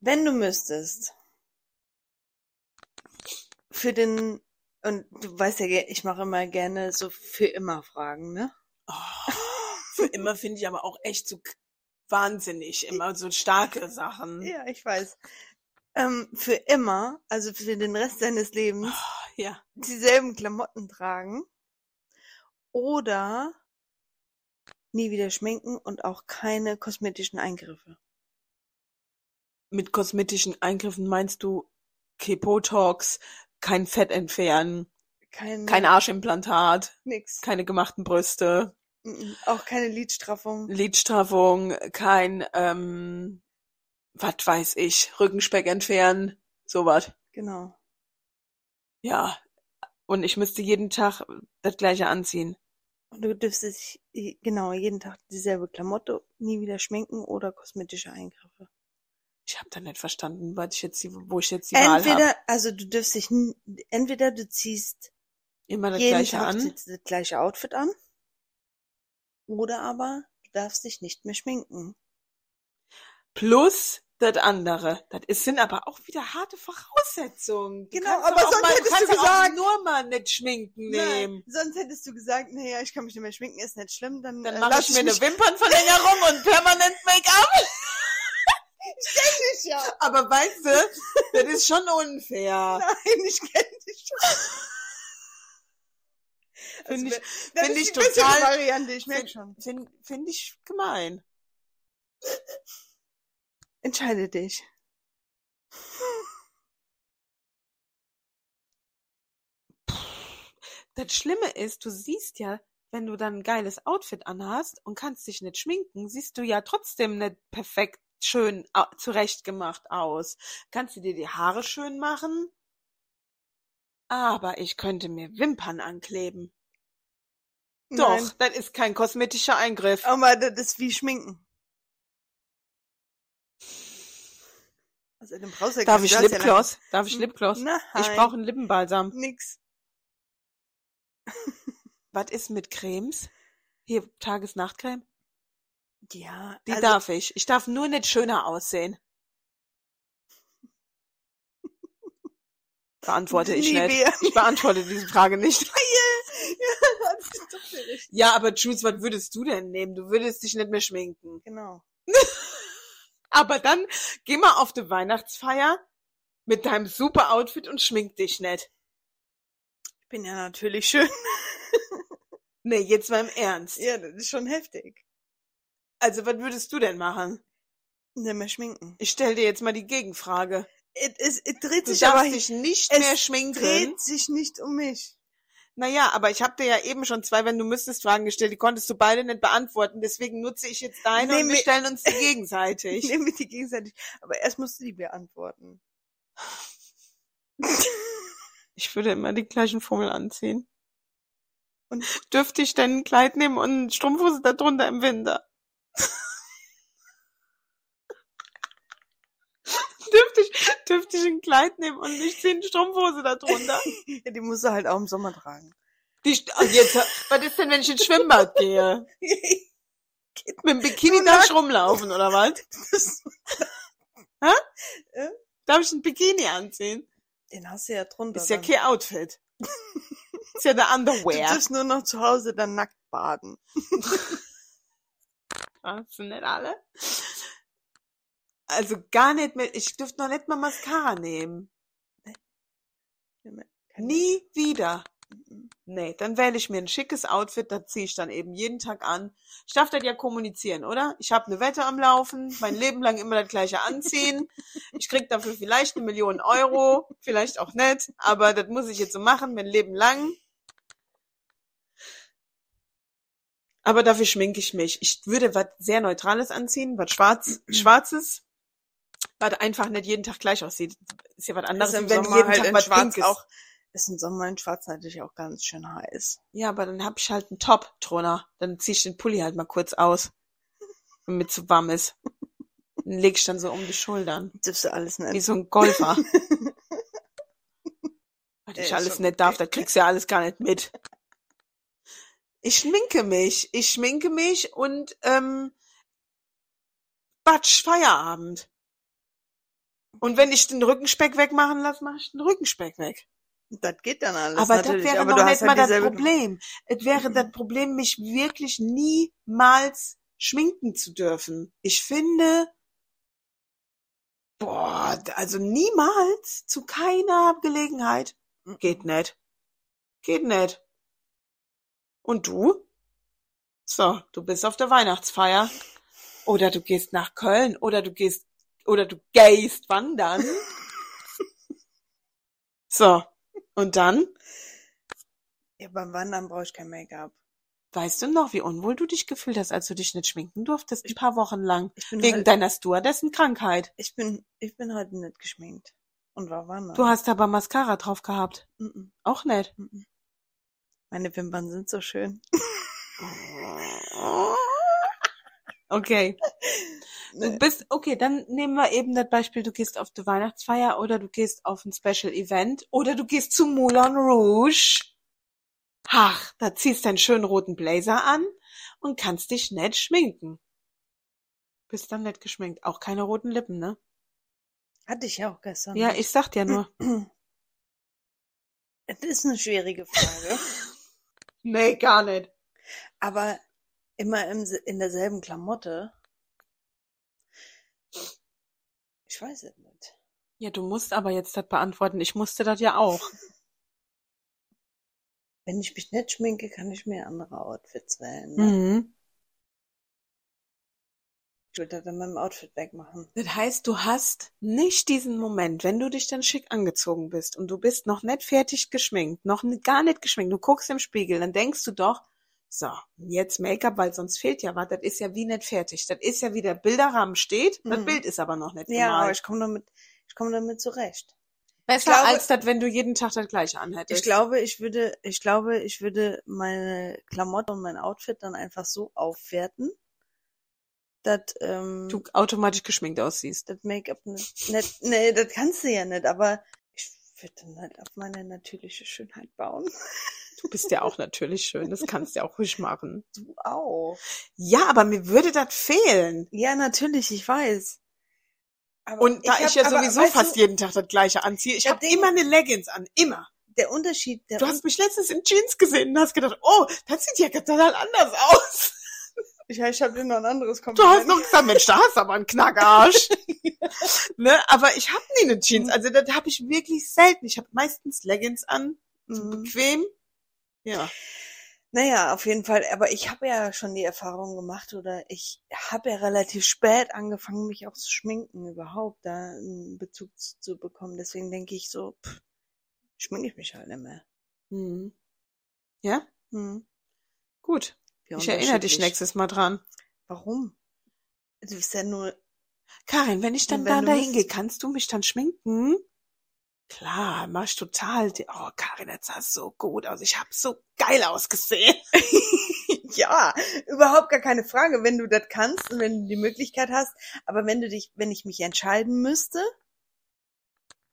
[SPEAKER 2] wenn du müsstest, für den, und du weißt ja, ge- ich mache immer gerne so für immer Fragen, ne?
[SPEAKER 1] für immer finde ich aber auch echt so k- wahnsinnig, immer so starke Sachen.
[SPEAKER 2] Ja, ich weiß. ähm, für immer, also für den Rest seines Lebens,
[SPEAKER 1] Ja.
[SPEAKER 2] dieselben Klamotten tragen oder nie wieder schminken und auch keine kosmetischen Eingriffe.
[SPEAKER 1] Mit kosmetischen Eingriffen meinst du Kepotox, kein Fett entfernen,
[SPEAKER 2] Kein,
[SPEAKER 1] kein Arschimplantat,
[SPEAKER 2] nix.
[SPEAKER 1] keine gemachten Brüste,
[SPEAKER 2] Mhm. Auch keine Lidstraffung.
[SPEAKER 1] Lidstraffung, kein, ähm, was weiß ich, Rückenspeck entfernen, sowas.
[SPEAKER 2] Genau.
[SPEAKER 1] Ja. Und ich müsste jeden Tag das gleiche anziehen.
[SPEAKER 2] Und du dürftest dich, genau, jeden Tag dieselbe Klamotte, nie wieder schminken oder kosmetische Eingriffe.
[SPEAKER 1] Ich habe da nicht verstanden, was ich jetzt, die- wo ich jetzt die Wahl habe.
[SPEAKER 2] Entweder, also du dürfst dich, n- entweder du ziehst
[SPEAKER 1] Immer das
[SPEAKER 2] jeden
[SPEAKER 1] gleiche
[SPEAKER 2] Tag
[SPEAKER 1] an.
[SPEAKER 2] das, das gleiche Outfit an, oder aber du darfst dich nicht mehr schminken.
[SPEAKER 1] Plus das andere. Das ist- sind aber auch wieder harte Voraussetzungen. Du
[SPEAKER 2] Genau,
[SPEAKER 1] kannst
[SPEAKER 2] aber
[SPEAKER 1] doch auch
[SPEAKER 2] sonst
[SPEAKER 1] mal,
[SPEAKER 2] hättest
[SPEAKER 1] kannst
[SPEAKER 2] du
[SPEAKER 1] doch auch
[SPEAKER 2] gesagt-
[SPEAKER 1] nur mal nicht schminken nehmen.
[SPEAKER 2] Nein, sonst hättest du gesagt, naja, ich kann mich nicht mehr schminken, ist nicht schlimm, dann,
[SPEAKER 1] Dann
[SPEAKER 2] äh,
[SPEAKER 1] mache
[SPEAKER 2] lass
[SPEAKER 1] ich mir eine
[SPEAKER 2] mich
[SPEAKER 1] Wimpernverlängerung und permanent Make-up.
[SPEAKER 2] nicht, ja.
[SPEAKER 1] Aber weißt du, das ist schon unfair.
[SPEAKER 2] Nein, ich kenne dich schon. Also
[SPEAKER 1] Finde ich,
[SPEAKER 2] ich,
[SPEAKER 1] find ich total-
[SPEAKER 2] Variante, ich merke
[SPEAKER 1] find-
[SPEAKER 2] schon.
[SPEAKER 1] find, find ich gemein.
[SPEAKER 2] Entscheide dich.
[SPEAKER 1] Das Schlimme ist, du siehst ja, wenn du dann ein geiles Outfit anhast und kannst dich nicht schminken, siehst du ja trotzdem nicht perfekt schön au- zurechtgemacht aus. Kannst du dir die Haare schön machen? Aber ich könnte mir Wimpern ankleben. Doch,
[SPEAKER 2] Nein. Oh,
[SPEAKER 1] das ist kein kosmetischer Eingriff.
[SPEAKER 2] Aber das ist wie Schminken. Also, dann brauchst du ja
[SPEAKER 1] Darf
[SPEAKER 2] du
[SPEAKER 1] ich
[SPEAKER 2] hast ja
[SPEAKER 1] Lipgloss? Darf ich
[SPEAKER 2] Hm,
[SPEAKER 1] Lipgloss?
[SPEAKER 2] Nein.
[SPEAKER 1] Ich brauche einen Lippenbalsam.
[SPEAKER 2] nix.
[SPEAKER 1] Was ist mit Cremes? Hier Tages-Nachtcreme?
[SPEAKER 2] Ja,
[SPEAKER 1] Die
[SPEAKER 2] also,
[SPEAKER 1] darf ich. Ich darf nur nicht schöner aussehen. Beantworte ich nicht.
[SPEAKER 2] Nivea.
[SPEAKER 1] Ich beantworte diese Frage nicht.
[SPEAKER 2] ja, das ist doch der richtige.
[SPEAKER 1] Ja, aber Jules, was würdest du denn nehmen? Du würdest dich nicht mehr schminken.
[SPEAKER 2] Genau.
[SPEAKER 1] Aber dann geh mal auf die Weihnachtsfeier mit deinem super Outfit und schmink dich nicht.
[SPEAKER 2] Ich bin ja natürlich schön.
[SPEAKER 1] Nee, jetzt mal im Ernst.
[SPEAKER 2] Ja, das ist schon heftig.
[SPEAKER 1] Also, was würdest du denn machen?
[SPEAKER 2] Nicht mehr schminken.
[SPEAKER 1] Ich stell dir jetzt mal die Gegenfrage.
[SPEAKER 2] Es, es, es dreht
[SPEAKER 1] Du
[SPEAKER 2] sich aber
[SPEAKER 1] darfst dich nicht
[SPEAKER 2] es
[SPEAKER 1] mehr schminken.
[SPEAKER 2] dreht sich nicht um mich.
[SPEAKER 1] Naja, aber ich habe dir ja eben schon zwei, wenn du müsstest, Fragen gestellt, die konntest du beide nicht beantworten. Deswegen nutze ich jetzt deine
[SPEAKER 2] Nee,
[SPEAKER 1] und wir
[SPEAKER 2] mir-
[SPEAKER 1] stellen uns die
[SPEAKER 2] Ich
[SPEAKER 1] gegenseitig.
[SPEAKER 2] nehme mir die gegenseitig. Aber erst musst du die beantworten.
[SPEAKER 1] Ich würde immer die gleichen Formeln anziehen.
[SPEAKER 2] Und-
[SPEAKER 1] dürfte ich denn ein Kleid nehmen und einen Strumpfhose darunter im Winter? dürfte ich, dürfte ich ein Kleid nehmen und ich ziehe eine Strumpfhose darunter?
[SPEAKER 2] Ja, die musst du halt auch im Sommer tragen.
[SPEAKER 1] Die, St- und jetzt, was ist denn, wenn ich ins Schwimmbad gehe? Mit dem Bikini darf ich rumlaufen, oder was?
[SPEAKER 2] Das-
[SPEAKER 1] Darf ich ein Bikini anziehen?
[SPEAKER 2] Den hast du ja drunter.
[SPEAKER 1] Ist ja
[SPEAKER 2] dann.
[SPEAKER 1] kein Outfit. Ist ja der
[SPEAKER 2] Du
[SPEAKER 1] Underwear.
[SPEAKER 2] darfst nur noch zu Hause dann nackt baden.
[SPEAKER 1] Hast du Ah, nicht alle? Also gar nicht mehr, ich dürfte noch nicht mal Mascara nehmen. Nie wieder. Nee, dann wähle ich mir ein schickes Outfit, das ziehe ich dann eben jeden Tag an. Ich darf das ja kommunizieren, oder? Ich habe eine Wette am Laufen, mein Leben lang immer das gleiche anziehen. Ich krieg dafür vielleicht eine Million Euro, vielleicht auch nicht, aber das muss ich jetzt so machen, mein Leben lang. Aber dafür schminke ich mich. Ich würde was sehr Neutrales anziehen, was Schwarz, Schwarzes, was einfach nicht jeden Tag gleich aussieht. Ist ja was anderes,
[SPEAKER 2] Ist im
[SPEAKER 1] wie wenn
[SPEAKER 2] Sommer
[SPEAKER 1] jeden
[SPEAKER 2] halt
[SPEAKER 1] Tag
[SPEAKER 2] in
[SPEAKER 1] was
[SPEAKER 2] Schwarz
[SPEAKER 1] Pinkes.
[SPEAKER 2] auch- Ist im Sommer in Schwarz natürlich auch ganz schön heiß.
[SPEAKER 1] Ja, aber dann hab ich halt einen Top drunter. Dann zieh ich den Pulli halt mal kurz aus, damit es so warm ist. Den leg ich dann so um die Schultern,
[SPEAKER 2] Dürfst du alles
[SPEAKER 1] wie
[SPEAKER 2] nicht.
[SPEAKER 1] so ein Golfer. Was
[SPEAKER 2] Ey,
[SPEAKER 1] ich
[SPEAKER 2] ist
[SPEAKER 1] alles
[SPEAKER 2] schon
[SPEAKER 1] nicht darf, das kriegst du ja alles gar nicht mit. Ich schminke mich. Ich schminke mich und ähm, Batsch, Feierabend. Und wenn ich den Rückenspeck wegmachen lasse, mache ich den Rückenspeck weg.
[SPEAKER 2] Das geht dann alles.
[SPEAKER 1] Aber das
[SPEAKER 2] natürlich.
[SPEAKER 1] wäre
[SPEAKER 2] aber
[SPEAKER 1] noch
[SPEAKER 2] du
[SPEAKER 1] nicht
[SPEAKER 2] hast
[SPEAKER 1] mal
[SPEAKER 2] halt
[SPEAKER 1] das
[SPEAKER 2] dieselbe-
[SPEAKER 1] Problem. Es wäre das Problem, mich wirklich niemals schminken zu dürfen. Ich finde, boah, Ah, d- also niemals, zu keiner Gelegenheit. Geht nicht. Geht nicht. Und du? So, du bist auf der Weihnachtsfeier. Oder du gehst nach Köln. Oder du gehst, oder du gehst wandern. so. Und dann?
[SPEAKER 2] Ja, beim Wandern brauche ich kein Make-up.
[SPEAKER 1] Weißt du noch, wie unwohl du dich gefühlt hast, als du dich nicht schminken durftest, ein paar Wochen lang?
[SPEAKER 2] Ich bin,
[SPEAKER 1] Wegen
[SPEAKER 2] heute,
[SPEAKER 1] deiner Stewardessen-Krankheit.
[SPEAKER 2] ich bin, ich bin heute nicht geschminkt. Und war wandern.
[SPEAKER 1] Du hast aber Mascara drauf gehabt.
[SPEAKER 2] Mhm,
[SPEAKER 1] Auch nicht.
[SPEAKER 2] mhm. Meine Wimpern sind so schön.
[SPEAKER 1] Okay. Du bist, okay, dann nehmen wir eben das Beispiel, du gehst auf die Weihnachtsfeier oder du gehst auf ein Special Event oder du gehst zu Moulin Rouge. Ach, da ziehst deinen schönen roten Blazer an und kannst dich nett schminken. Bist dann nett geschminkt. Auch keine roten Lippen, ne?
[SPEAKER 2] Hatte ich ja auch gestern.
[SPEAKER 1] Ja, ne. ich sag dir nur.
[SPEAKER 2] Das ist eine schwierige Frage.
[SPEAKER 1] nee, gar nicht.
[SPEAKER 2] aber immer im, se- in derselben Klamotte. Ich weiß es nicht.
[SPEAKER 1] Ja, du musst aber jetzt das beantworten. Ich musste das ja auch.
[SPEAKER 2] Wenn ich mich nicht schminke, kann ich mir andere Outfits wählen. Ne?
[SPEAKER 1] Mhm.
[SPEAKER 2] Ich würde das dann mit dem Outfit wegmachen.
[SPEAKER 1] Das heißt, du hast nicht diesen Moment, wenn du dich dann schick angezogen bist und du bist noch nicht fertig geschminkt, noch n- gar nicht geschminkt, du guckst im Spiegel, dann denkst du doch, so, jetzt Make-up, weil sonst fehlt ja was, das ist ja wie nicht fertig. Das ist ja wie der Bilderrahmen steht, das
[SPEAKER 2] Mhm.
[SPEAKER 1] Bild ist aber noch nicht
[SPEAKER 2] Ja, aber
[SPEAKER 1] gemalt.
[SPEAKER 2] ich komme damit, ich komme damit zurecht.
[SPEAKER 1] Besser
[SPEAKER 2] glaube-
[SPEAKER 1] als das, wenn du jeden Tag das gleiche anhättest.
[SPEAKER 2] Ich glaube, ich würde, ich glaube, ich würde meine Klamotte und mein Outfit dann einfach so aufwerten, dass ähm,
[SPEAKER 1] du automatisch geschminkt aussiehst.
[SPEAKER 2] das Make-up nicht, nicht, nee, das kannst du ja nicht, aber ich würde dann halt auf meine natürliche Schönheit bauen.
[SPEAKER 1] Du bist ja auch natürlich schön, das kannst du ja auch ruhig machen.
[SPEAKER 2] Du auch.
[SPEAKER 1] Ja, aber mir würde das fehlen.
[SPEAKER 2] Ja, natürlich, ich weiß. Aber
[SPEAKER 1] Und da ich,
[SPEAKER 2] hab-
[SPEAKER 1] ja
[SPEAKER 2] aber
[SPEAKER 1] sowieso
[SPEAKER 2] weißt
[SPEAKER 1] fast
[SPEAKER 2] du,
[SPEAKER 1] jeden Tag das gleiche anziehe, ich
[SPEAKER 2] Das
[SPEAKER 1] habe
[SPEAKER 2] Ding-
[SPEAKER 1] immer eine Leggings an, immer.
[SPEAKER 2] der Unterschied, der
[SPEAKER 1] Du hast mich letztens in Jeans gesehen und hast gedacht, oh, das sieht ja total anders aus.
[SPEAKER 2] ich, ich habe dir noch ein anderes
[SPEAKER 1] Du hast noch gesagt, Mensch, da hast du aber einen Knackarsch. ne? Aber ich habe nie eine Jeans,
[SPEAKER 2] Mhm.
[SPEAKER 1] also das habe ich wirklich selten. Ich habe meistens Leggings an, so
[SPEAKER 2] Mhm.
[SPEAKER 1] bequem. Ja.
[SPEAKER 2] Naja, auf jeden Fall. Aber ich habe ja schon die Erfahrung gemacht oder ich habe ja relativ spät angefangen, mich auch zu schminken überhaupt, da einen Bezug zu, zu bekommen. Deswegen denke ich so, pff, schminke ich mich halt nicht mehr.
[SPEAKER 1] Mhm. Ja,
[SPEAKER 2] Hm,
[SPEAKER 1] gut.
[SPEAKER 2] wie
[SPEAKER 1] ich erinnere dich
[SPEAKER 2] unterschiedlich.
[SPEAKER 1] nächstes Mal dran.
[SPEAKER 2] Warum? Du bist ja nur,
[SPEAKER 1] Karin, wenn ich dann
[SPEAKER 2] Und wenn
[SPEAKER 1] da
[SPEAKER 2] du
[SPEAKER 1] dahin
[SPEAKER 2] musst-
[SPEAKER 1] gehe, kannst du mich dann schminken? Klar, mach ich total. die- Oh, Karin, das sah so gut aus. Ich habe so geil ausgesehen.
[SPEAKER 2] ja, überhaupt gar keine Frage, wenn du das kannst und wenn du die Möglichkeit hast. Aber wenn du dich, wenn ich mich entscheiden müsste,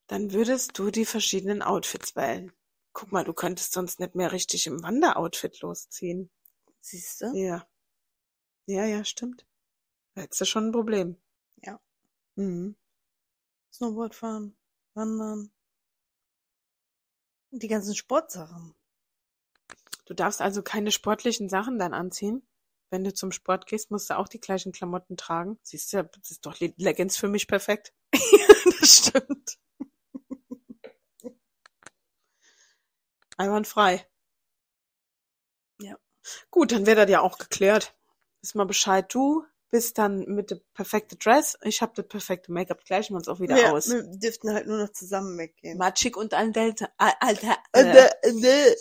[SPEAKER 1] Dann würdest du die verschiedenen Outfits wählen. Guck mal, du könntest sonst nicht mehr richtig im Wanderoutfit losziehen.
[SPEAKER 2] siehst du?
[SPEAKER 1] Ja. Ja, ja, stimmt. Da hättest du schon ein Problem.
[SPEAKER 2] Ja.
[SPEAKER 1] Mhm.
[SPEAKER 2] Snowboard fahren, wandern. Und Die ganzen Sportsachen.
[SPEAKER 1] Du darfst also keine sportlichen Sachen dann anziehen. Wenn du zum Sport gehst, musst du auch die gleichen Klamotten tragen. Siehst du, das ist doch Le- Leggings für mich perfekt.
[SPEAKER 2] das stimmt.
[SPEAKER 1] Einwandfrei.
[SPEAKER 2] Ja.
[SPEAKER 1] Gut, dann wäre das ja auch geklärt. Wiss mal Bescheid, du bist dann mit dem perfekten Dress. Ich habe das perfekte Make-up. Gleichen wir uns auch wieder
[SPEAKER 2] ja,
[SPEAKER 1] aus.
[SPEAKER 2] Wir dürften halt nur noch zusammen weggehen.
[SPEAKER 1] Matschig und al dente. Al, alter,
[SPEAKER 2] Äh,
[SPEAKER 1] äh,
[SPEAKER 2] äh, äh,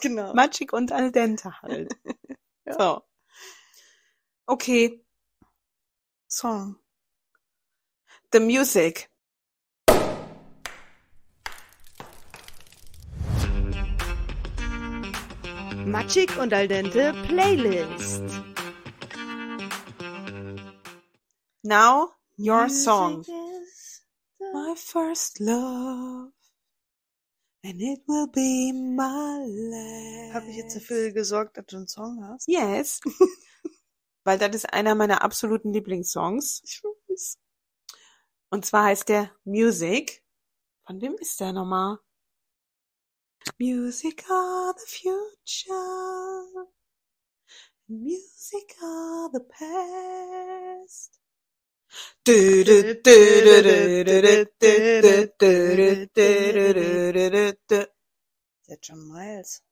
[SPEAKER 2] Genau.
[SPEAKER 1] Matschig und al dente halt. So. Okay,
[SPEAKER 2] Song.
[SPEAKER 1] the music.
[SPEAKER 3] Matschig und al dente Playlist.
[SPEAKER 1] Now your
[SPEAKER 2] Music
[SPEAKER 1] song.
[SPEAKER 2] is-
[SPEAKER 1] My first love. And it will be my last.
[SPEAKER 2] Hab ich jetzt dafür gesorgt, dass du einen Song hast?
[SPEAKER 1] Yes. Weil das ist einer meiner absoluten Lieblingssongs.
[SPEAKER 2] Ich weiß.
[SPEAKER 1] Und zwar heißt der Music. Von wem ist der nochmal? Music of the future. Music of the past. Ja,
[SPEAKER 2] Der John Miles.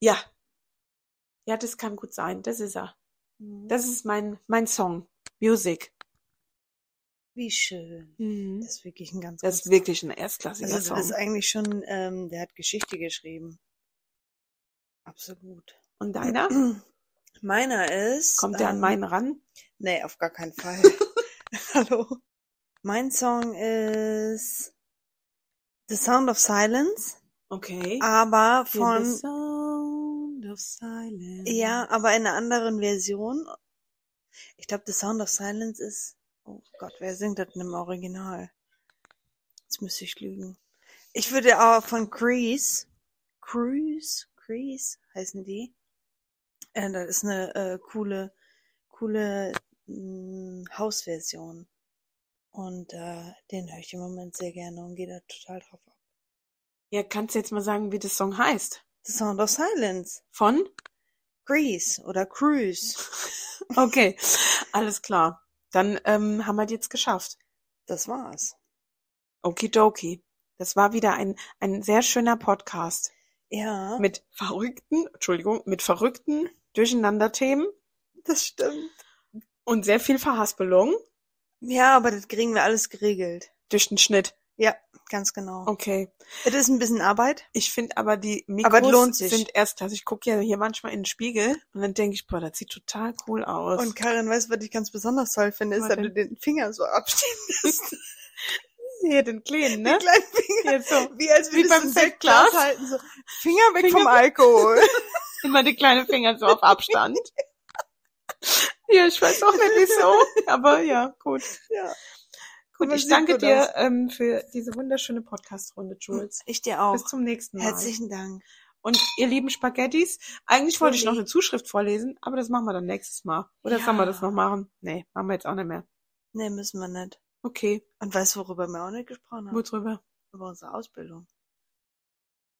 [SPEAKER 1] ja, das kann gut sein. Das ist er.
[SPEAKER 2] Mhm.
[SPEAKER 1] Das ist mein mein Song, Music.
[SPEAKER 2] Wie schön.
[SPEAKER 1] Das
[SPEAKER 2] Das ist wirklich ein ganz,
[SPEAKER 1] ist
[SPEAKER 2] ganz
[SPEAKER 1] wirklich ein erstklassiger
[SPEAKER 2] also, Mhm. das ist
[SPEAKER 1] Song.
[SPEAKER 2] eigentlich schon, ähm, der hat Geschichte geschrieben. Absolut.
[SPEAKER 1] Und deiner?
[SPEAKER 2] Meiner ist.
[SPEAKER 1] Kommt der an
[SPEAKER 2] ähm,
[SPEAKER 1] meinen ran?
[SPEAKER 2] Nee, auf gar keinen Fall. Hallo. Mein Song ist The Sound of Silence,
[SPEAKER 1] Okay.
[SPEAKER 2] aber
[SPEAKER 1] Hear the
[SPEAKER 2] Äh, von,
[SPEAKER 1] sound of silence.
[SPEAKER 2] ja, aber in einer anderen Version. Ich glaube, The Sound of Silence ist, oh Gott, wer singt das denn im Original? Jetzt müsste ich lügen. Ich würde auch von Crease, Crease, Crease heißen die. Äh, das ist eine äh, coole, coole mh, Hausversion. Und äh, den höre ich im Moment sehr gerne und gehe da total drauf ab.
[SPEAKER 1] Ja, kannst du jetzt mal sagen, wie der Song heißt?
[SPEAKER 2] The Sound of Silence,
[SPEAKER 1] Von?
[SPEAKER 2] Grease oder Cruise.
[SPEAKER 1] Okay, alles klar. Dann ähm, haben wir es jetzt geschafft.
[SPEAKER 2] Das war's.
[SPEAKER 1] Okidoki. Das war wieder ein, ein sehr schöner Podcast.
[SPEAKER 2] Ja,
[SPEAKER 1] mit verrückten, Entschuldigung, mit verrückten Durcheinanderthemen
[SPEAKER 2] das stimmt.
[SPEAKER 1] und sehr viel Verhaspelung
[SPEAKER 2] Ja, aber das kriegen wir alles geregelt.
[SPEAKER 1] durch den Schnitt.
[SPEAKER 2] Ganz genau.
[SPEAKER 1] Okay.
[SPEAKER 2] Es ist ein bisschen Arbeit.
[SPEAKER 1] Ich finde aber die
[SPEAKER 2] Aber
[SPEAKER 1] Mikros
[SPEAKER 2] es lohnt sich.
[SPEAKER 1] sind erstklassig. Ich gucke ja hier manchmal in den Spiegel und dann denke ich, boah, das sieht total cool aus.
[SPEAKER 2] Und Karin, weißt du, was ich ganz besonders toll finde, ist,
[SPEAKER 1] Was
[SPEAKER 2] dass du
[SPEAKER 1] denn?
[SPEAKER 2] den Finger so abstehen lässt.
[SPEAKER 1] hier den kleinen,
[SPEAKER 2] Den
[SPEAKER 1] ne?
[SPEAKER 2] kleinen Finger.
[SPEAKER 1] Jetzt so.
[SPEAKER 2] Wie als
[SPEAKER 1] Wie
[SPEAKER 2] würdest
[SPEAKER 1] beim
[SPEAKER 2] du ein Sektglas
[SPEAKER 1] Sektglas.
[SPEAKER 2] halten. So. Finger weg
[SPEAKER 1] Finger
[SPEAKER 2] vom Alkohol.
[SPEAKER 1] Immer die kleinen Finger so auf Abstand. ja, ich weiß auch nicht wieso, aber ja, gut.
[SPEAKER 2] ja.
[SPEAKER 1] Gut,
[SPEAKER 2] Aber
[SPEAKER 1] ich
[SPEAKER 2] sieht
[SPEAKER 1] danke
[SPEAKER 2] gut aus.
[SPEAKER 1] dir ähm, für diese wunderschöne Podcast-Runde, Jules.
[SPEAKER 2] Ich dir auch.
[SPEAKER 1] Bis zum nächsten Mal.
[SPEAKER 2] Herzlichen Dank.
[SPEAKER 1] Und ihr lieben Spaghettis, eigentlich wollte ich noch
[SPEAKER 2] Entschuldigung.
[SPEAKER 1] eine Zuschrift vorlesen, aber das machen wir dann nächstes Mal. Oder
[SPEAKER 2] Ja.
[SPEAKER 1] sollen wir das noch machen? Nee, machen wir jetzt auch nicht mehr.
[SPEAKER 2] Nee, müssen wir nicht.
[SPEAKER 1] Okay,
[SPEAKER 2] Und weißt du, worüber wir auch nicht gesprochen haben?
[SPEAKER 1] gut drüber.
[SPEAKER 2] Über unsere Ausbildung.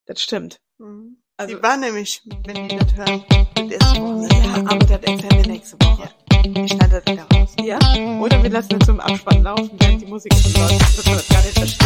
[SPEAKER 1] Das stimmt. Also-
[SPEAKER 2] Also, die war nämlich, wenn die das hören, das erste
[SPEAKER 1] Ja,
[SPEAKER 2] Wochenende.
[SPEAKER 1] aber das erzählen wir nächste Woche.
[SPEAKER 2] Ich schneide das wieder raus.
[SPEAKER 1] Ja? Oder wir lassen es zum Abspann laufen, während die Musik so läuft, dass wir das gar nicht verstehen.
[SPEAKER 2] Also,